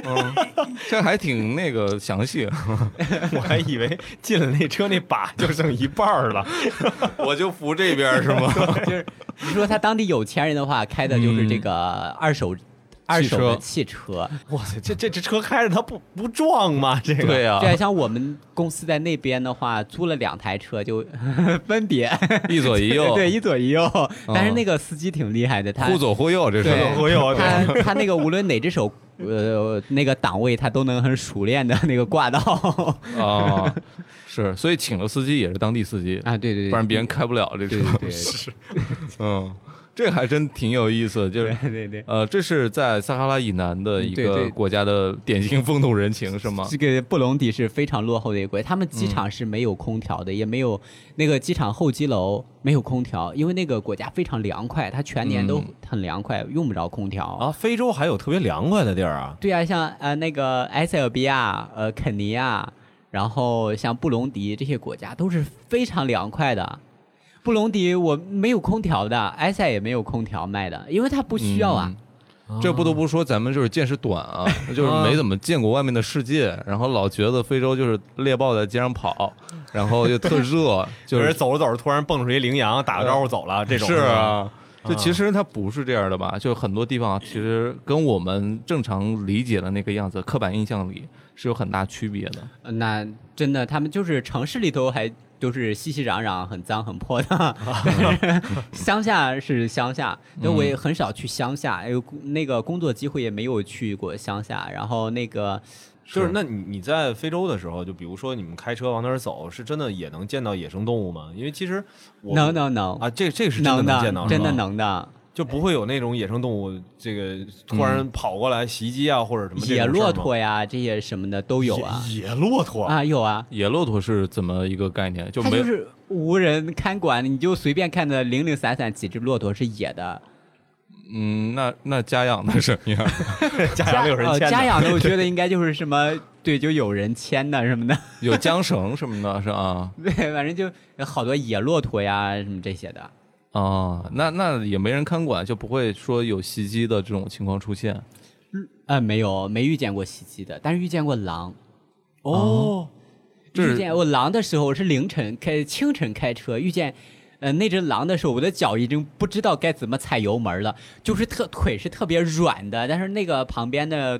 Speaker 2: (laughs) 舵，
Speaker 1: 这还挺那个详细，
Speaker 2: 我还以为进了那车那把就剩一半儿了。
Speaker 1: (laughs)
Speaker 2: (laughs)
Speaker 1: 我就服这边是吗？ (laughs)
Speaker 3: 就是你说他当地有钱人的话，开的就是这个
Speaker 1: 嗯
Speaker 3: 二手、二手的汽车。
Speaker 2: 哇塞，这这这车开着它不不撞吗？这个
Speaker 1: 对呀、啊
Speaker 3: 对，啊像我们公司在那边的话，租了两台车就， (laughs) 分别
Speaker 1: 一左一右，
Speaker 3: (laughs) 对一左一右。
Speaker 1: 嗯
Speaker 3: 但是那个司机挺厉害的，他
Speaker 1: 忽左忽右，这
Speaker 3: 对
Speaker 1: 是
Speaker 2: 忽左忽右
Speaker 3: 他他那个无论哪只手。呃，那个档位他都能很熟练的那个挂到 (laughs)
Speaker 1: 啊，是，所以请了司机也是当地司机，
Speaker 3: 啊，对对对，
Speaker 1: (laughs) 不然别人开不了这
Speaker 3: 对
Speaker 1: 车
Speaker 3: 对。对，
Speaker 1: 嗯，这还真挺有意思，就是
Speaker 3: 对对对，
Speaker 1: 呃，这是在撒哈拉以南的一
Speaker 3: 对
Speaker 1: 个
Speaker 3: 对
Speaker 1: 国家的典型风土人情是吗？
Speaker 3: 这个布隆迪是非常落后的一个国家，他们机场是没有空调的，也没有那个机场候机楼没有空调，因为那个国家非常凉快，它全年都
Speaker 1: 嗯
Speaker 3: 很凉快，用不着空调。
Speaker 2: 啊，非洲还有特别凉快的地儿啊，
Speaker 3: 对啊，像呃那个埃塞俄比亚、呃肯尼亚，然后像布隆迪这些国家都是非常凉快的。布隆迪我没有空调的，埃塞也没有空调卖的，因为它不需要啊。
Speaker 1: 这不得不说，咱们就是见识短 (laughs) 啊，就是没怎么见过外面的世界，然后老觉得非洲就是猎豹在街上跑，然后又特热， (laughs) 就
Speaker 2: 有
Speaker 1: 是
Speaker 2: 人走着走着突然蹦出一羚羊，打个招呼走了，这种
Speaker 1: 是
Speaker 2: 吧，
Speaker 1: 啊，就其实它不是这样的吧？就很多地方啊其实跟我们正常理解的那个样子、刻板印象里是有很大区别的。
Speaker 2: 嗯
Speaker 3: 呃那真的，他们就是城市里头还就是熙熙攘攘、很脏很破
Speaker 2: (laughs)
Speaker 3: 的，但是乡下是乡下。那我
Speaker 2: 嗯
Speaker 3: 也很少去乡下，哎呦，那个工作机会也没有去过乡下。然后那个
Speaker 2: 就是那你你在非洲的时候，就比如说你们开车往哪儿走，是真的也能见到野生动物吗？因为其实我
Speaker 3: 能能能
Speaker 2: 啊，这这是真的
Speaker 3: 能
Speaker 2: 能见到，
Speaker 3: 的，真
Speaker 2: 是
Speaker 3: 的
Speaker 2: 吧，
Speaker 3: 能的。
Speaker 2: 就不会有那种野生动物这个突然跑过来袭击啊，或者什么这种
Speaker 3: 野
Speaker 2: 事儿吗
Speaker 3: 骆驼呀，这些什么的都有啊
Speaker 2: 野野骆驼
Speaker 3: 啊有啊，
Speaker 1: 野骆驼是怎么一个概念？就
Speaker 3: 它
Speaker 1: 没有
Speaker 3: 就是无人看管，你就随便看的零零散散几只骆驼是野的，
Speaker 1: 嗯，那那家养的什么样？
Speaker 2: 家长有人
Speaker 3: 呃
Speaker 2: 牵的
Speaker 3: 家养的，我觉得应该就是什么对，就有人牵的什么的，
Speaker 1: (laughs)
Speaker 3: (laughs)
Speaker 1: 有缰绳什么的，是啊
Speaker 3: 对，反正就有好多野骆驼呀什么这些的。
Speaker 1: 啊，那那也没人看管，就不会说有袭击的这种情况出现。
Speaker 3: 呃，没有，没遇见过袭击的，但是遇见过狼。
Speaker 2: 哦，
Speaker 1: 这是
Speaker 3: 遇见我狼的时候，我是凌晨开清晨开车遇见，呃，那只狼的时候，我的脚已经不知道该怎么踩油门了，就是特腿是特别软的，但是那个旁边的。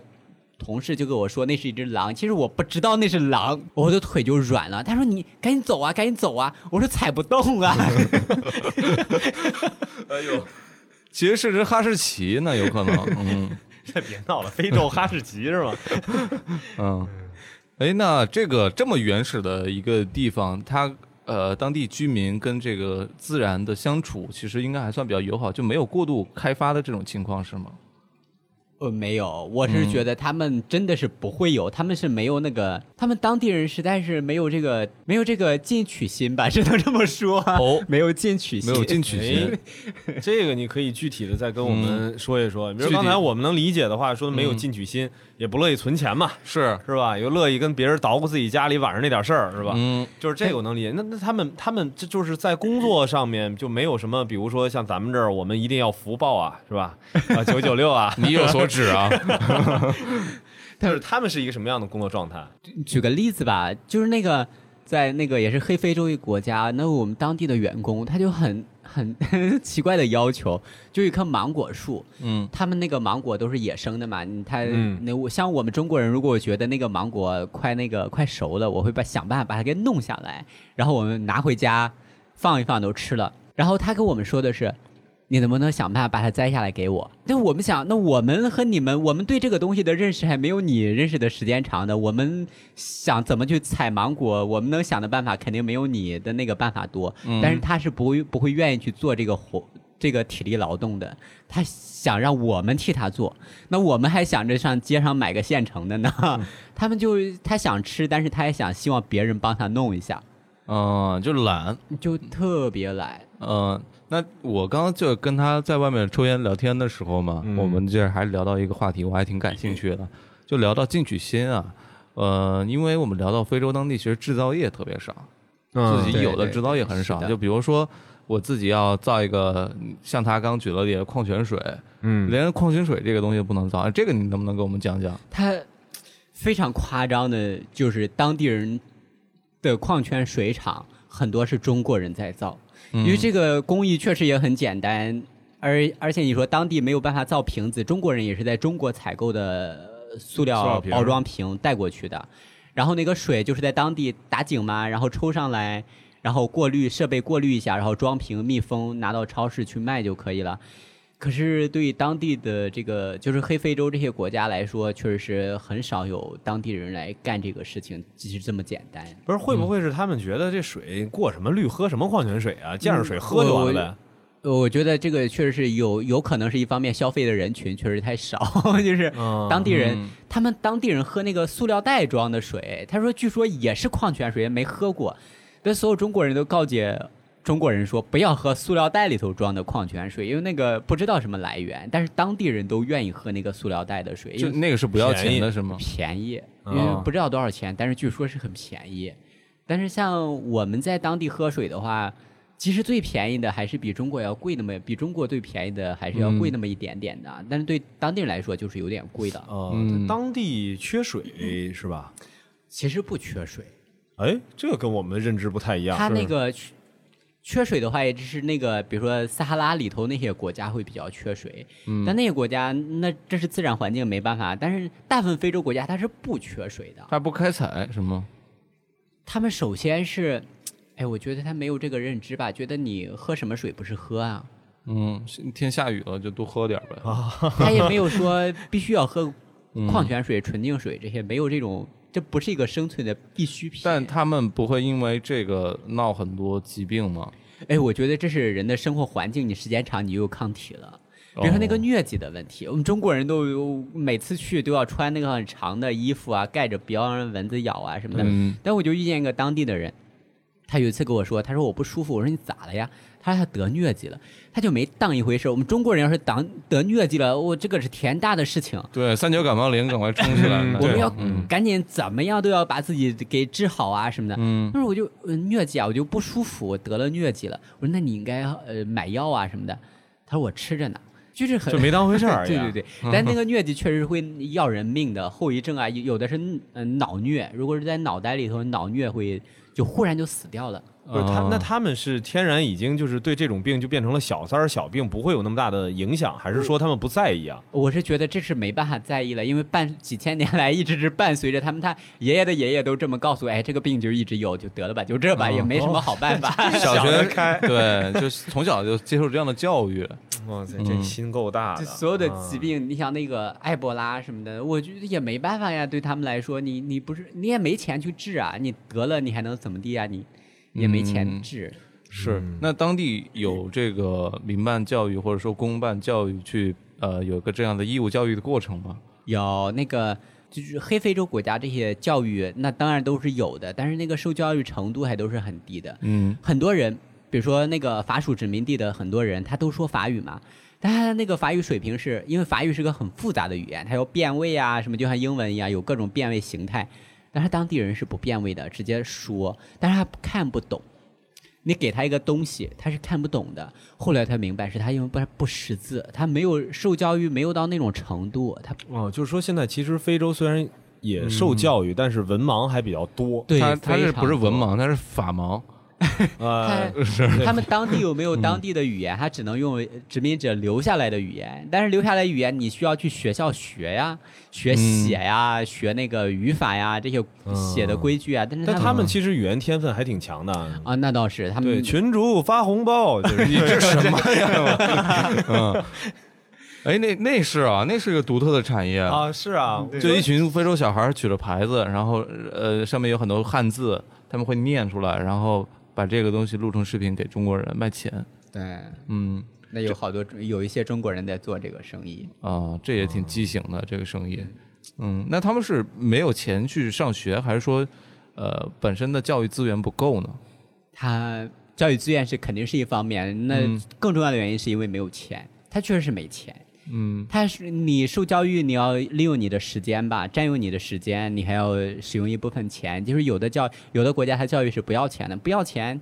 Speaker 3: 同事就跟我说那是一只狼，其实我不知道那是狼，我的腿就软了。他说你赶紧走啊，赶紧走啊！我说踩不动啊。
Speaker 1: 其实是只哈士奇呢，有 (laughs) 可能。嗯
Speaker 2: 这别闹了，非洲哈士奇是吗？
Speaker 1: 嗯，哎，那这个这么原始的一个地方，它呃当地居民跟这个自然的相处，其实应该还算比较友好，就没有过度开发的这种情况，是吗？
Speaker 3: 呃，没有，我是
Speaker 1: 嗯
Speaker 3: 觉得他们真的是不会有，他们是没有那个，他们当地人实在是没有这个没有这个进取心吧，只能这么说、
Speaker 1: 哦
Speaker 3: 没有进取
Speaker 1: 没
Speaker 3: 心，
Speaker 1: 有进取心。
Speaker 2: 哎， (laughs) 这个你可以具体的再跟我们说一说。比如刚才我们能理解的话，说没有进取心，也不乐意存钱嘛，
Speaker 1: 是，
Speaker 2: 是吧？又乐意跟别人捣鼓自己家里晚上那点事儿，是吧？
Speaker 1: 嗯，
Speaker 2: 就是这个我能理解。那那他们他们这就是在工作上面就没有什么，比如说像咱们这儿，我们一定要福报啊，是
Speaker 3: (laughs)
Speaker 2: 吧？啊，九九六啊，
Speaker 1: 你有所指 (laughs) 啊。
Speaker 2: 但是他们是一个什么样的工作状态？
Speaker 3: 举个例子吧，就是那个在那个也是黑非洲一个国家，那我们当地的员工他就很很 (laughs) 奇怪的要求，就一棵芒果树，
Speaker 1: 嗯
Speaker 3: 他们那个芒果都是野生的嘛，你他、
Speaker 2: 嗯
Speaker 3: 那我像我们中国人，如果我觉得那个芒果快那个快熟了，我会把想办法把它给弄下来，然后我们拿回家放一放都吃了。然后他跟我们说的是，你能不能想办法把它摘下来给我？那我们想，那我们和你们，我们对这个东西的认识还没有你认识的时间长的。我们想怎么去采芒果，我们能想的办法肯定没有你的那个办法多。
Speaker 1: 嗯
Speaker 3: 但是他是不会不会愿意去做这个活这个体力劳动的，他想让我们替他做。那我们还想着上街上买个现成的呢。 (laughs) 他们就他想吃，但是他也想希望别人帮他弄一下，
Speaker 1: 嗯、就懒。
Speaker 3: 就特别懒。
Speaker 1: 嗯，那我刚刚就跟他在外面抽烟聊天的时候嘛，
Speaker 2: 嗯
Speaker 1: 我们这儿还聊到一个话题，我还挺感兴趣的，就聊到进取心啊。呃，因为我们聊到非洲当地，其实制造业特别少，
Speaker 2: 嗯
Speaker 1: 自己
Speaker 3: 嗯对
Speaker 1: 有的
Speaker 3: 对
Speaker 1: 制造业很
Speaker 3: 是
Speaker 1: 少。
Speaker 3: 的
Speaker 1: 就比如说我自己要造一个，像他刚举了例子，矿泉水，
Speaker 2: 嗯
Speaker 1: 连矿泉水这个东西都不能造，这个你能不能给我们讲讲？
Speaker 3: 他非常夸张的，就是当地人的矿泉水厂很多是中国人在造，
Speaker 2: 嗯
Speaker 3: 因为这个工艺确实也很简单，而而且你说当地没有办法造瓶子，中国人也是在中国采购的呃塑
Speaker 2: 塑料
Speaker 3: 料
Speaker 2: 瓶
Speaker 3: 包装瓶带过去的，然后那个水就是在当地打井嘛，然后抽上来。然后过滤设备过滤一下，然后装瓶密封，拿到超市去卖就可以了。可是对于当地的这个，就是黑非洲这些国家来说，确实是很少有当地人来干这个事情，只是这么简单。嗯
Speaker 2: 不是，会不会是他们觉得这水过什么滤，喝什么矿泉水啊？见着水喝就完了呗？
Speaker 3: 嗯呃我觉得这个确实是有有可能是一方面，消费的人群确实太少， (laughs) 就是
Speaker 2: 嗯
Speaker 3: 当地人、
Speaker 1: 嗯
Speaker 3: 他们当地人喝那个塑料袋装的水，他说据说也是矿泉水，没喝过。但所有中国人都告诫中国人说不要喝塑料袋里头装的矿泉水，因为那个不知道什么来源，但是当地人都愿意喝那个塑料袋的水，因
Speaker 1: 就
Speaker 3: 为
Speaker 1: 那个是不要钱
Speaker 2: 便
Speaker 1: 的是吗？
Speaker 3: 便宜，
Speaker 2: 哦
Speaker 3: 因为不知道多少钱，但是据说是很便宜。但是像我们在当地喝水的话，其实最便宜的还是比中国要贵那么，比中国最便宜的还是要贵那么一点点的，啊但是对当地人来说就是有点贵的。
Speaker 2: 哦
Speaker 1: 嗯
Speaker 2: 当地缺水是吧？
Speaker 3: 其实不缺水，
Speaker 2: 哎，这个跟我们的认知不太一样。
Speaker 3: 它
Speaker 2: 是
Speaker 3: 那个缺缺水的话，也只是那个，比如说撒哈拉里头那些国家会比较缺水，但那些国家那这是自然环境没办法，但是大部分非洲国家它是不缺水的。
Speaker 1: 他不开采是吗？
Speaker 3: 他们首先是，哎，我觉得他没有这个认知吧，觉得你喝什么水不是喝
Speaker 1: (laughs)
Speaker 3: 啊，
Speaker 1: 嗯，天下雨了就多喝点儿呗。嗯啊，
Speaker 3: 他也没有说必须要喝矿泉水、纯净水这些，没有这种，这不是一个生存的必需品。
Speaker 1: 但他们不会因为这个闹很多疾病吗？
Speaker 3: 哎，我觉得这是人的生活环境，你时间长你就有抗体了。
Speaker 1: 哦
Speaker 3: 比如说那个疟疾的问题，我们中国人都有每次去都要穿那个很长的衣服啊，盖着不要让蚊子咬啊什么的。
Speaker 1: 嗯
Speaker 3: 但我就遇见一个当地的人，他有一次跟我说，他说我不舒服，我说你咋了呀？他说他得疟疾了，他就没当一回事儿。我们中国人要是当得疟疾了，我这个是天大的事情。
Speaker 1: 对，三九感冒灵赶快冲起来！
Speaker 2: 嗯
Speaker 1: 啊对
Speaker 3: 我们要
Speaker 1: 嗯
Speaker 3: 赶紧怎么样都要把自己给治好啊什么的。
Speaker 1: 嗯
Speaker 3: 但是我就呃疟疾啊，我就不舒服，我得了疟疾了。我说那你应该呃买药啊什么的。他说我吃着呢，就是很
Speaker 2: 就没当回事儿。
Speaker 3: (laughs) 对对，对，但那个疟疾确实会要人命的，后遗症啊，有有的是呃脑疟，如果是在脑袋里头，脑疟会就忽然就死掉了。
Speaker 2: 不是他
Speaker 1: 啊
Speaker 2: 那他们是天然已经就是对这种病就变成了小三儿小病，不会有那么大的影响，还是说他们不在意啊？
Speaker 3: 我是觉得这是没办法在意了，因为伴几千年来一直是伴随着他们，他爷爷的爷爷都这么告诉我，哎，这个病就一直有，就得了吧，就这吧，
Speaker 1: 哦
Speaker 2: 啊
Speaker 3: 也没什么好办法。
Speaker 2: (laughs)
Speaker 3: (laughs)
Speaker 1: 小
Speaker 2: 想得
Speaker 1: 学
Speaker 2: 开
Speaker 1: (laughs) 对，就是从小就接受这样的教育。
Speaker 2: 哇塞，
Speaker 1: 嗯
Speaker 2: 这心够大的。
Speaker 3: 就所有的
Speaker 2: 啊
Speaker 3: 疾病，你想那个埃博拉什么的，我觉得也没办法呀。对他们来说，你你不是你也没钱去治啊，你得了你还能怎么地啊？你也没钱
Speaker 1: 嗯
Speaker 3: 治。
Speaker 1: 是，那当地有这个民办教育或者说公办教育去呃有一个这样的义务教育的过程吗？
Speaker 3: 有那个就是黑非洲国家这些教育，那当然都是有的，但是那个受教育程度还都是很低的。
Speaker 1: 嗯
Speaker 3: 很多人，比如说那个法属殖民地的很多人，他都说法语嘛，但他的那个法语水平是因为法语是个很复杂的语言，它要变位啊，什么就像英文一样有各种变位形态，但是当地人是不变位的，直接说，但是他看不懂。你给他一个东西，他是看不懂的。后来他明白，是他因为不不识字，他没有受教育，没有到那种程度，他
Speaker 2: 哦，就是说现在其实非洲虽然
Speaker 1: 嗯
Speaker 2: 也受教育，但是文盲还比较多。
Speaker 3: 对
Speaker 1: 他他
Speaker 3: 非
Speaker 1: 是
Speaker 3: 常
Speaker 1: 不是文
Speaker 3: 多
Speaker 1: 盲？他是法盲。
Speaker 2: 呃，嗯
Speaker 3: 他他们当地有没有当地的语言？他只能用殖民者留下来的语言，但是留下来语言你需要去学校学呀，
Speaker 2: 嗯
Speaker 3: 学写呀，学那个语法呀，这些写的规矩啊。但是
Speaker 2: 但
Speaker 3: 他
Speaker 2: 他们其实语言天分还挺强的。
Speaker 3: 啊，那倒是他
Speaker 2: 对，
Speaker 3: 们
Speaker 2: 群主发
Speaker 1: (laughs)
Speaker 2: 红包，就是
Speaker 1: 你这什么呀？嗯，哎，那那是啊，那是个独特的产业。
Speaker 2: 啊，是啊，
Speaker 1: 就
Speaker 2: 对
Speaker 1: 一群非洲小孩举着牌子，然后呃上面有很多汉字，他们会念出来，然后把这个东西录成视频给中国人卖钱。
Speaker 3: 对，
Speaker 1: 嗯
Speaker 3: 那有好多有一些中国人在做这个生意。
Speaker 1: 啊，这也
Speaker 3: 哦
Speaker 1: 挺畸形的这个生意。嗯，那他们是没有钱去上学，还是说呃本身的教育资源不够呢？
Speaker 3: 他教育资源是肯定是一方面，那
Speaker 1: 嗯
Speaker 3: 更重要的原因是因为没有钱，他确实是没钱。
Speaker 1: 嗯
Speaker 3: 他是你受教育，你要利用你的时间吧，占用你的时间，你还要使用一部分钱。就是有的教有的国家，它教育是不要钱的，不要钱，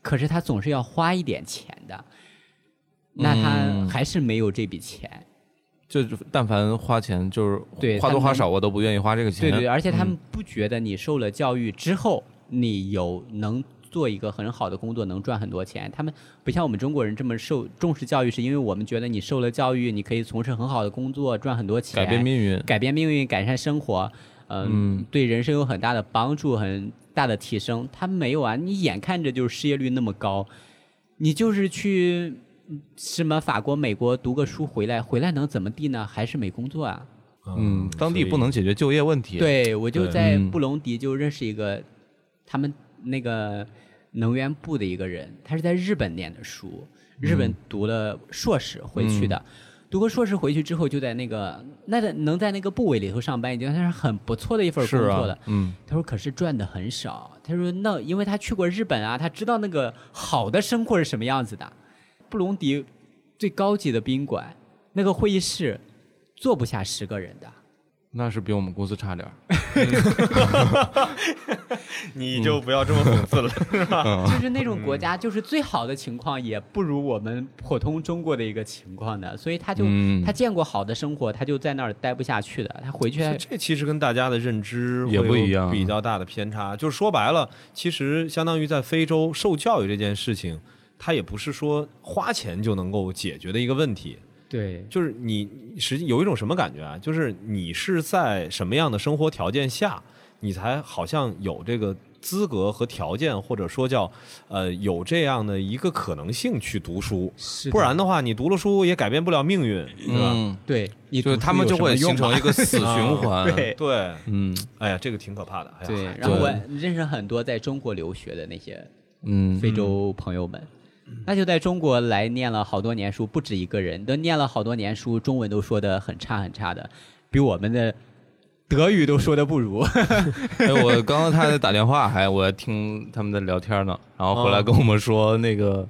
Speaker 3: 可是他总是要花一点钱的，那他
Speaker 1: 嗯
Speaker 3: 还是没有这笔钱。
Speaker 1: 就但凡花钱就是
Speaker 3: 对
Speaker 1: 花多
Speaker 3: 他们
Speaker 1: 花少我都不愿意花这个钱。
Speaker 3: 对对，而且他们不觉得你受了教育之后，你有能做一个很好的工作，能赚很多钱。他们不像我们中国人这么受重视教育，是因为我们觉得你受了教育，你可以从事很好的工作，赚很多钱，
Speaker 1: 改变命运。
Speaker 3: 改变命运、改善生活，嗯，对人生有很大的帮助、很大的提升。他没有啊，你眼看着就是失业率那么高，你就是去嗯什么法国、美国读个书回来，回来能怎么地呢？还是没工作啊。
Speaker 1: 嗯，当地不能解决就业问题。
Speaker 3: 对，我就
Speaker 2: 对
Speaker 3: 在
Speaker 1: 嗯
Speaker 3: 布隆迪就认识一个，他们那个能源部的一个人，他是在日本念的书，日
Speaker 1: 嗯
Speaker 3: 本读了硕士回去的。读过硕士回去之后，就在那个那在能在那个部委里头上班，已经算是很不错的一份
Speaker 1: 是
Speaker 3: 工作了
Speaker 1: 啊。，嗯，
Speaker 3: 他说：“可是赚的很少。”他说：“那因为他去过日本啊，他知道那个好的生活是什么样子的。布隆迪最高级的宾馆，那个会议室坐不下十个人的。
Speaker 1: 那是比我们公司差点儿。
Speaker 2: 你就不要这么讽刺了。
Speaker 3: 就是那种国家，就是最好的情况也不如我们普通中国的一个情况的，所以他就、
Speaker 1: 嗯
Speaker 3: 他见过好的生活，他就在那儿待不下去的，他回去还
Speaker 2: 这其实跟大家的认知
Speaker 1: 也
Speaker 2: 会
Speaker 1: 不
Speaker 2: 有
Speaker 1: 一样啊
Speaker 2: 比较大的偏差。就是说白了，其实相当于在非洲受教育这件事情，它也不是说花钱就能够解决的一个问题。
Speaker 3: 对
Speaker 2: 就是你实际有一种什么感觉啊？就是你是在什么样的生活条件下，你才好像有这个资格和条件，或者说叫呃有这样的一个可能性去读书。
Speaker 3: 是的
Speaker 2: 不然的话，你读了书也改变不了命运，是吧？
Speaker 1: 嗯，
Speaker 3: 对你
Speaker 1: 就是
Speaker 3: 读书
Speaker 1: 他们就
Speaker 3: 有什么
Speaker 1: 会
Speaker 3: 用
Speaker 1: 形成
Speaker 3: 嘛，
Speaker 1: 一个死循环。
Speaker 3: (laughs) 对
Speaker 2: 对，
Speaker 1: 嗯
Speaker 2: 哎呀，这个挺可怕的。哎呀
Speaker 3: 对
Speaker 2: 嗨，
Speaker 3: 然后我认识很多在中国留学的那些
Speaker 1: 嗯，
Speaker 3: 非洲朋友们。那就在中国来念了好多年书，不止一个人，都念了好多年书，中文都说的很差很差的，比我们的德语都说的不如。
Speaker 1: 哎，我刚刚他在打电话，还我还听他们在聊天呢，然后回
Speaker 3: 哦
Speaker 1: 来跟我们说那个。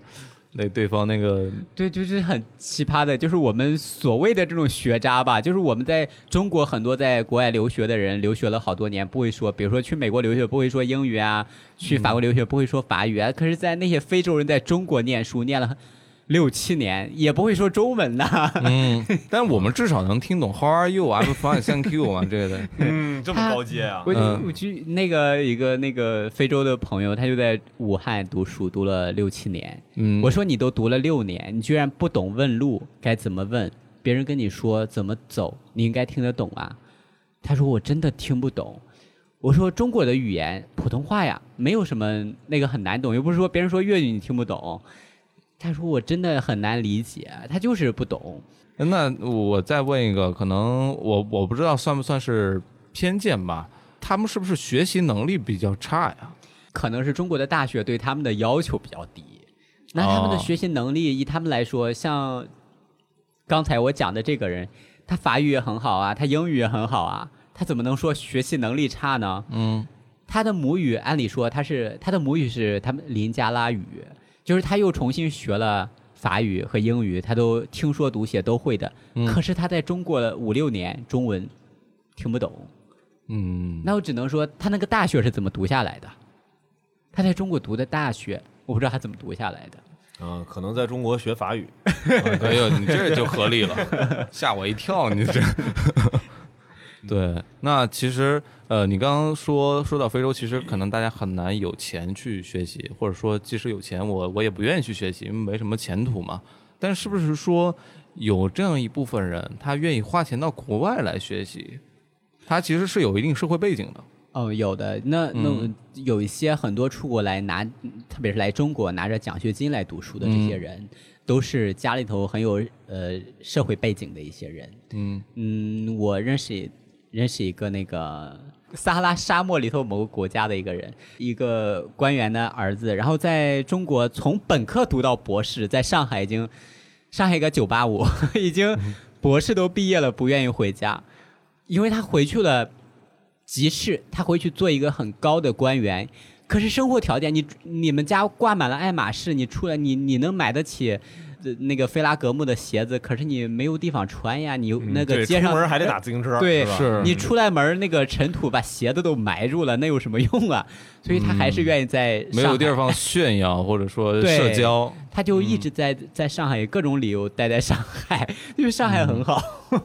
Speaker 1: 那对方那
Speaker 3: (laughs)
Speaker 1: 个
Speaker 3: 对，就是很奇葩的，就是我们所谓的这种学渣吧，就是我们在中国很多在国外留学的人，留学了好多年，不会说，比如说去美国留学不会说英语啊，去法国留学不会说法语啊，可是，在那些非洲人在中国念书念了六七年，也不会说中文呐、
Speaker 1: 嗯，但我们至少能听懂 How are you? I'm fine, thank you 嘛，这个
Speaker 3: (laughs)
Speaker 1: 的。
Speaker 2: 嗯，这么高阶啊！
Speaker 3: (laughs) 我
Speaker 1: 嗯
Speaker 3: 我去那个一个那个非洲的朋友，他就在武汉读书，读了六七年。
Speaker 1: 嗯
Speaker 3: 我说你都读了六年，你居然不懂问路该怎么问，别人跟你说怎么走，你应该听得懂啊。他说我真的听不懂。我说中国的语言普通话呀，没有什么那个很难懂，又不是说别人说粤语你听不懂。他说我真的很难理解，啊他就是不懂。
Speaker 1: 那我再问一个，可能我我不知道算不算是偏见吧？他们是不是学习能力比较差呀？
Speaker 3: 可能是中国的大学对他们的要求比较低。那他们的
Speaker 1: 哦
Speaker 3: 学习能力，以他们来说，像刚才我讲的这个人，他法语也很好啊，他英语也很好啊，他怎么能说学习能力差呢？
Speaker 1: 嗯，
Speaker 3: 他的母语，按理说他是他的母语是他们林加拉语，就是他又重新学了法语和英语，他都听说读写都会的。
Speaker 1: 嗯
Speaker 3: 可是他在中国了五六年，中文听不懂。
Speaker 1: 嗯，
Speaker 3: 那我只能说，他那个大学是怎么读下来的？他在中国读的大学，我不知道他怎么读下来的。
Speaker 2: 嗯，可能在中国学法语，
Speaker 1: 哎呦，你这就合理了，吓我一跳，你这。对，那其实呃，你刚刚说说到非洲，其实可能大家很难有钱去学习，或者说即使有钱，我我也不愿意去学习，因为没什么前途嘛。但是不是说有这样一部分人，他愿意花钱到国外来学习，他其实是有一定社会背景的。
Speaker 3: 哦，有的，那那、
Speaker 1: 嗯
Speaker 3: 有一些很多出国来拿，特别是来中国拿着奖学金来读书的这些人，都是家里头很有呃社会背景的一些人。
Speaker 1: 嗯
Speaker 3: 嗯，我认识认识一个那个撒哈拉沙漠里头某个国家的一个人，一个官员的儿子，然后在中国从本科读到博士，在上海已经上海一个九八五 (laughs) 已经博士都毕业了，不愿意回家，因为他回去了集市，他回去做一个很高的官员。可是生活条件，你你们家挂满了爱马仕，你出来你你能买得起呃那个菲拉格慕的鞋子，可是你没有地方穿呀，你那个
Speaker 2: 嗯对
Speaker 3: 街上
Speaker 2: 出门还得打自行车，
Speaker 3: 对
Speaker 2: 吧
Speaker 1: 是
Speaker 3: 你出来门儿那个尘土把鞋子都埋住了，那有什么用啊？所以他还是愿意在
Speaker 1: 没有地儿
Speaker 3: 方，
Speaker 1: 放炫耀或者说
Speaker 3: 对
Speaker 1: 社交，
Speaker 3: 他就一直在在上海，各种理由待在上海， (laughs) 因为上海很好。
Speaker 1: 嗯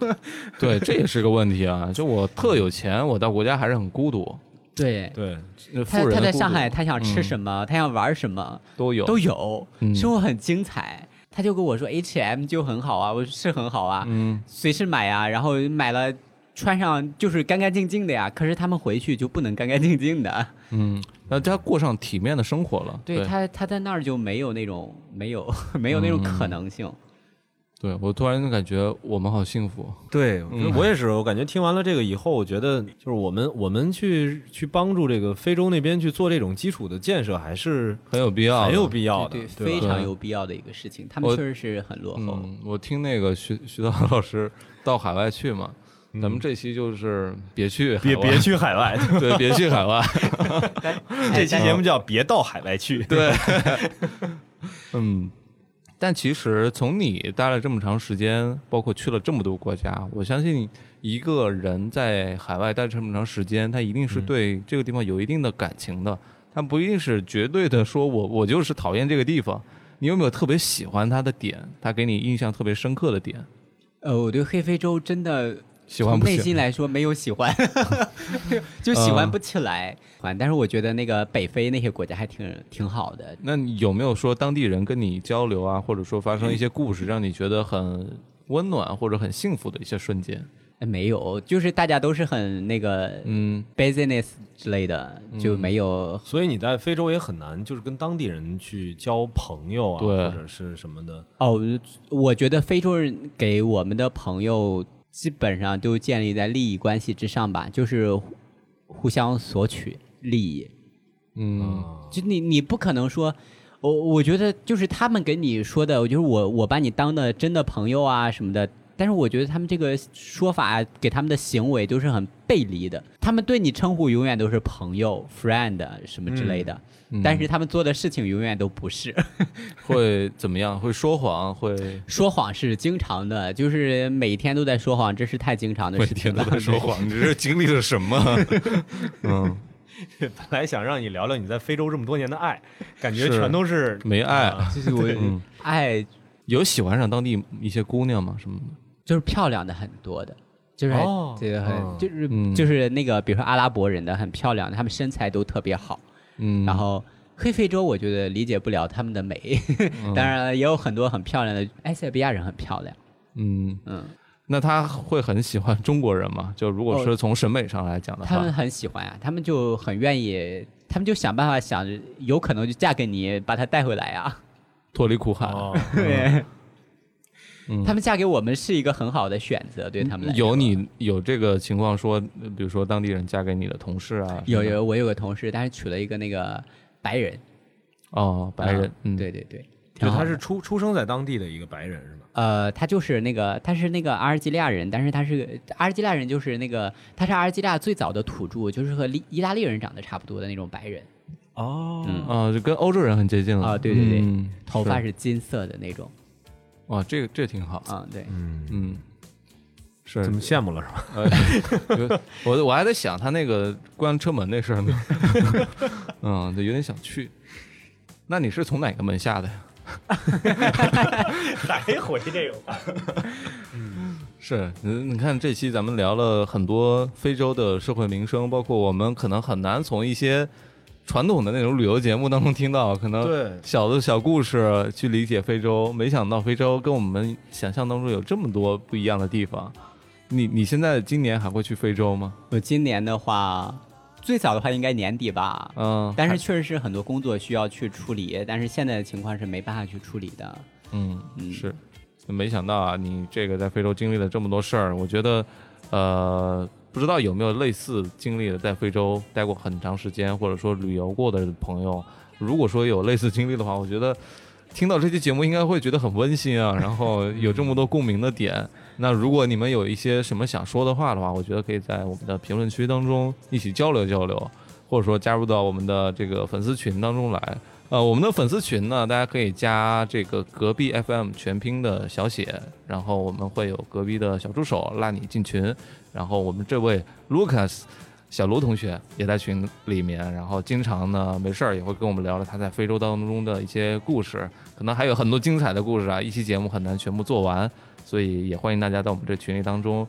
Speaker 1: 对，这也是个问题啊。就我特有钱，我到国家还是很孤独。
Speaker 3: 对，
Speaker 2: 对，
Speaker 1: 呃
Speaker 3: 他
Speaker 1: 富人
Speaker 3: 他
Speaker 1: 的
Speaker 3: 在
Speaker 1: 孤
Speaker 3: 上
Speaker 1: 独
Speaker 3: 海，他想吃
Speaker 1: 嗯
Speaker 3: 什么，他想玩什么
Speaker 1: 都有
Speaker 3: 都有
Speaker 1: 嗯，
Speaker 3: 生活很精彩。他就跟我说，H M 就很好啊，我说是很好啊，
Speaker 1: 嗯
Speaker 3: 随时买啊，然后买了穿上就是干干净净的呀。可是他们回去就不能干干净净的。
Speaker 1: 嗯，那他过上体面的生活了。
Speaker 3: (laughs)
Speaker 1: 嗯
Speaker 3: 对他，他在那儿就没有那种没有没有那种可能性。
Speaker 1: 对我突然感觉我们好幸福，
Speaker 2: 对，我觉
Speaker 3: 嗯
Speaker 2: 得我也是，我感觉听完了这个以后，我觉得就是我们我们去去帮助这个非洲那边去做这种基础的建设，还是
Speaker 1: 很有必要，
Speaker 2: 很有必要的，
Speaker 3: 对，
Speaker 2: 吧
Speaker 3: 非常有必要的一个事情。他们
Speaker 1: 我
Speaker 3: 确实是很落后，
Speaker 1: 嗯，我听那个徐徐涛老师到海外去嘛，咱
Speaker 3: (laughs)
Speaker 1: 们这期就是别去，
Speaker 2: 嗯别别，去海外，
Speaker 1: (laughs) 对，别去海外，
Speaker 2: 这期节目叫别到海外去。对，
Speaker 1: (laughs) 嗯。但其实从你待了这么长时间，包括去了这么多国家，我相信一个人在海外待这么长时间，他一定是对这个地方有一定的感情的，他不一定是绝对的说我我就是讨厌这个地方。你有没有特别喜欢他的点？他给你印象特别深刻的点？
Speaker 3: 呃，我对黑非洲真的
Speaker 1: 喜欢
Speaker 3: 从
Speaker 1: 不
Speaker 3: 内
Speaker 1: 喜
Speaker 3: 心来说没有喜欢， (laughs) 就喜
Speaker 1: 嗯
Speaker 3: 欢不起来。啊，但是我觉得那个北非那些国家还挺挺好的。
Speaker 1: 那你有没有说当地人跟你交流啊，或者说发生一些故事，让你觉得很温暖或者很幸福的一些瞬间？
Speaker 3: 哎没有，就是大家都是很那个
Speaker 1: 嗯，
Speaker 3: business 之类的，就没有。
Speaker 2: 所以你在非洲也很难，就是跟当地人去交朋友啊，
Speaker 1: 对
Speaker 2: 或者是什么的。
Speaker 3: 哦，我觉得非洲人给我们的朋友基本上都建立在利益关系之上吧，就是互互相索取利益。
Speaker 1: 嗯，
Speaker 2: 啊
Speaker 3: 就你你不可能说，我我觉得就是他们给你说的，我就是我我把你当的真的朋友啊什么的。但是我觉得他们这个说法给他们的行为都是很背离的，他们对你称呼永远都是朋友、friend 什么之类的，
Speaker 1: 嗯
Speaker 3: 但是 (laughs) 他们做的事情永远都不是。 (laughs)
Speaker 1: 会怎么样？会说谎？ (laughs) 会
Speaker 3: 说谎是经常的，就是每天都在说谎，真是太经常的
Speaker 1: 每
Speaker 3: 事情
Speaker 1: 天
Speaker 3: 了
Speaker 1: 都。
Speaker 3: (laughs)
Speaker 1: 在说谎？你这是经历了什么？嗯，
Speaker 2: 本来想让你聊聊你在非洲这么多年的爱，感觉
Speaker 1: 是
Speaker 2: 全都是啊
Speaker 1: 没爱，
Speaker 3: 就是我
Speaker 1: 嗯
Speaker 3: 爱
Speaker 1: 有喜欢上当地一些姑娘吗？什么的？
Speaker 3: 就是漂亮的很多的，就是很
Speaker 2: 哦
Speaker 3: 这个很
Speaker 2: 嗯
Speaker 3: 就是
Speaker 1: 嗯
Speaker 3: 就是那个比如说阿拉伯人的很漂亮的，他们身材都特别好。
Speaker 1: 嗯，
Speaker 3: 然后黑非洲我觉得理解不了他们的美，
Speaker 1: 嗯
Speaker 3: (laughs) 当然了也有很多很漂亮的埃塞俄比亚人很漂亮。
Speaker 1: 嗯，
Speaker 3: 嗯，
Speaker 1: 那他会很喜欢中国人吗？ (laughs) 就如果是从审美上来讲的
Speaker 3: 他
Speaker 1: 话
Speaker 3: 们，很喜欢啊，他们就很愿意，他们就想办法想着有可能就嫁给你，把她带回来啊。
Speaker 1: 脱离苦海，
Speaker 2: 哦， (laughs)
Speaker 3: 对，
Speaker 1: 嗯
Speaker 3: 他们嫁给我们是一个很好的选择，对他们来啊说
Speaker 1: 有你有这个情况说，呃比如说当地人嫁给你的同事啊，
Speaker 3: 有有，我有个同事，但是娶了一个那个白人，
Speaker 1: 哦，白人
Speaker 3: 啊，
Speaker 1: 嗯，
Speaker 3: 对对对，
Speaker 2: 就
Speaker 3: 挺好
Speaker 2: 他
Speaker 3: 的
Speaker 2: 是出出生在当地的一个白人是吧？
Speaker 3: 呃，他就是那个，他是那个阿尔及利亚人，但是他是阿尔及利亚人，就是那个他是阿尔及利亚最早的土著，就是和利意大利人长得差不多的那种白人，
Speaker 2: 哦
Speaker 3: 嗯，
Speaker 1: 啊，就跟欧洲人很接近了
Speaker 3: 啊对对对
Speaker 1: 嗯
Speaker 3: 头发
Speaker 1: 是
Speaker 3: 是金色的那种，
Speaker 1: 哇，这个这挺好，
Speaker 3: 啊，对，
Speaker 2: 嗯，
Speaker 1: 嗯，是
Speaker 2: 怎么羡慕了是吧？
Speaker 1: 呃， (laughs) 有我我还在想他那个关车门那事儿 (laughs) 呢，嗯，就有点想去。那你是从哪个门下的呀？
Speaker 2: (laughs) 来回这个话，
Speaker 1: 是，嗯你看这期咱们聊了很多非洲的社会民生，包括我们可能很难从一些传统的那种旅游节目当中听到，可能
Speaker 2: (laughs) 对
Speaker 1: 小的小故事去理解非洲。没想到非洲跟我们想象当中有这么多不一样的地方。你你现在今年还会去非洲吗？
Speaker 3: 我今年的话，最早的话应该年底吧，
Speaker 1: 嗯，
Speaker 3: 但是确实是很多工作需要去处理，但是现在的情况是没办法去处理的。
Speaker 1: 嗯，
Speaker 3: 嗯
Speaker 1: 是，没想到啊，你这个在非洲经历了这么多事儿，我觉得，呃，不知道有没有类似经历的，在非洲待过很长时间，或者说旅游过的朋友，如果说有类似经历的话，我觉得听到这期节目应该会觉得很温馨啊，然后有这么多共鸣的点。那如果你们有一些什么想说的话的话，我觉得可以在我们的评论区当中一起交流交流，或者说加入到我们的这个粉丝群当中来。呃，我们的粉丝群呢，大家可以加这个隔壁 FM 全拼的小写，然后我们会有隔壁的小助手拉你进群，然后我们这位 Lucas 小卢同学也在群里面，然后经常呢没事儿也会跟我们聊聊他在非洲当中的一些故事，可能还有很多精彩的故事啊，一期节目很难全部做完，所以也欢迎大家到我们这群里当中。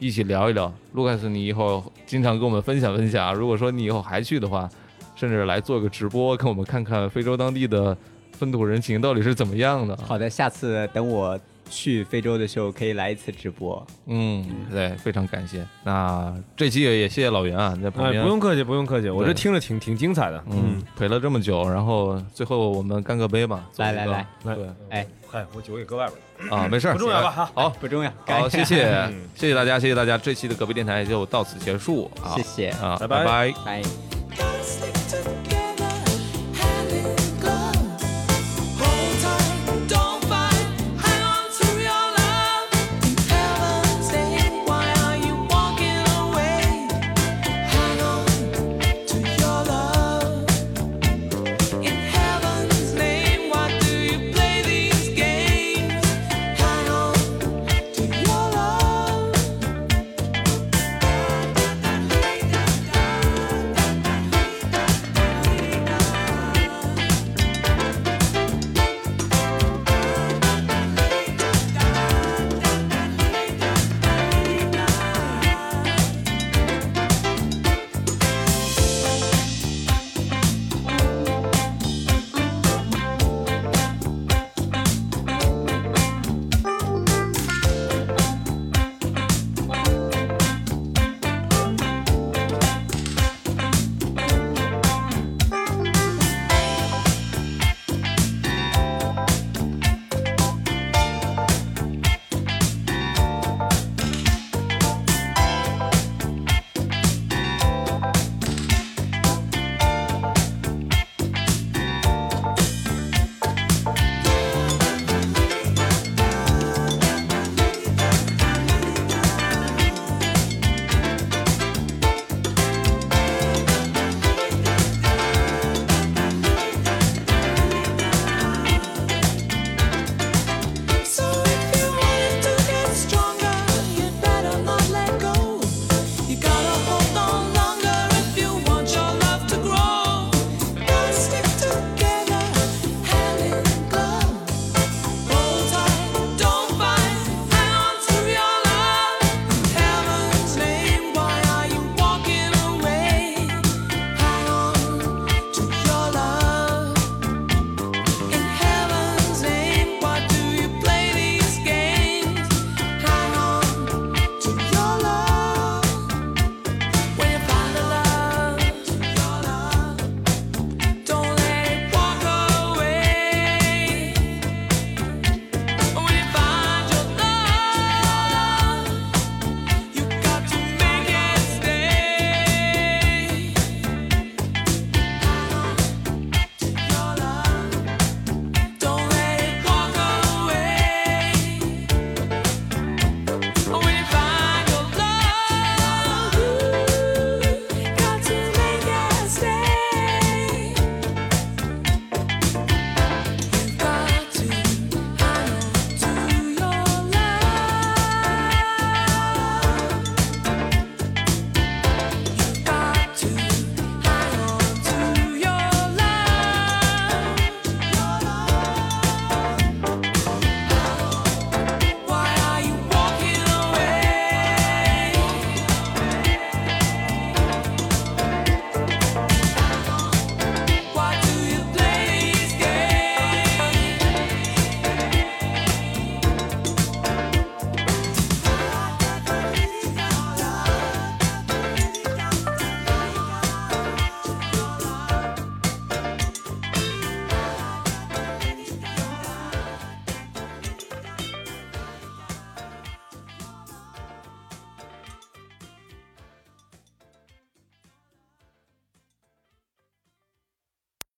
Speaker 1: 一起聊一聊，Lucas，你以后经常跟我们分享分享啊。如果说你以后还去的话，甚至来做个直播，
Speaker 3: 哦
Speaker 1: 跟我们看看非洲当地的风土人情到底是怎么样的。
Speaker 3: 好的，下次等我去非洲的时候可以来一次直播。
Speaker 1: 嗯，对，非常感谢。那这期也谢谢老袁啊，在旁
Speaker 2: 哎，
Speaker 1: 边、
Speaker 2: 不用客气，不用客气，我这
Speaker 1: 对
Speaker 2: 听着挺挺精彩的。
Speaker 1: 嗯，陪了这么久，然后最后我们干个杯吧。做
Speaker 3: 来
Speaker 1: 一个
Speaker 3: 来
Speaker 2: 来
Speaker 1: 对
Speaker 3: 哎，
Speaker 2: 嗨，我酒给搁外边了。
Speaker 1: 啊，没事儿，
Speaker 2: 不重要吧嗯
Speaker 1: 哎好，
Speaker 3: 不重
Speaker 2: (laughs)
Speaker 3: 要，
Speaker 1: 好，
Speaker 3: 干
Speaker 1: 谢谢，谢谢大家，谢谢大家，这期的隔壁电台就到此结束啊，
Speaker 3: 谢谢，
Speaker 1: 啊，
Speaker 2: 拜
Speaker 1: 拜
Speaker 2: 拜
Speaker 1: 拜。
Speaker 3: 拜。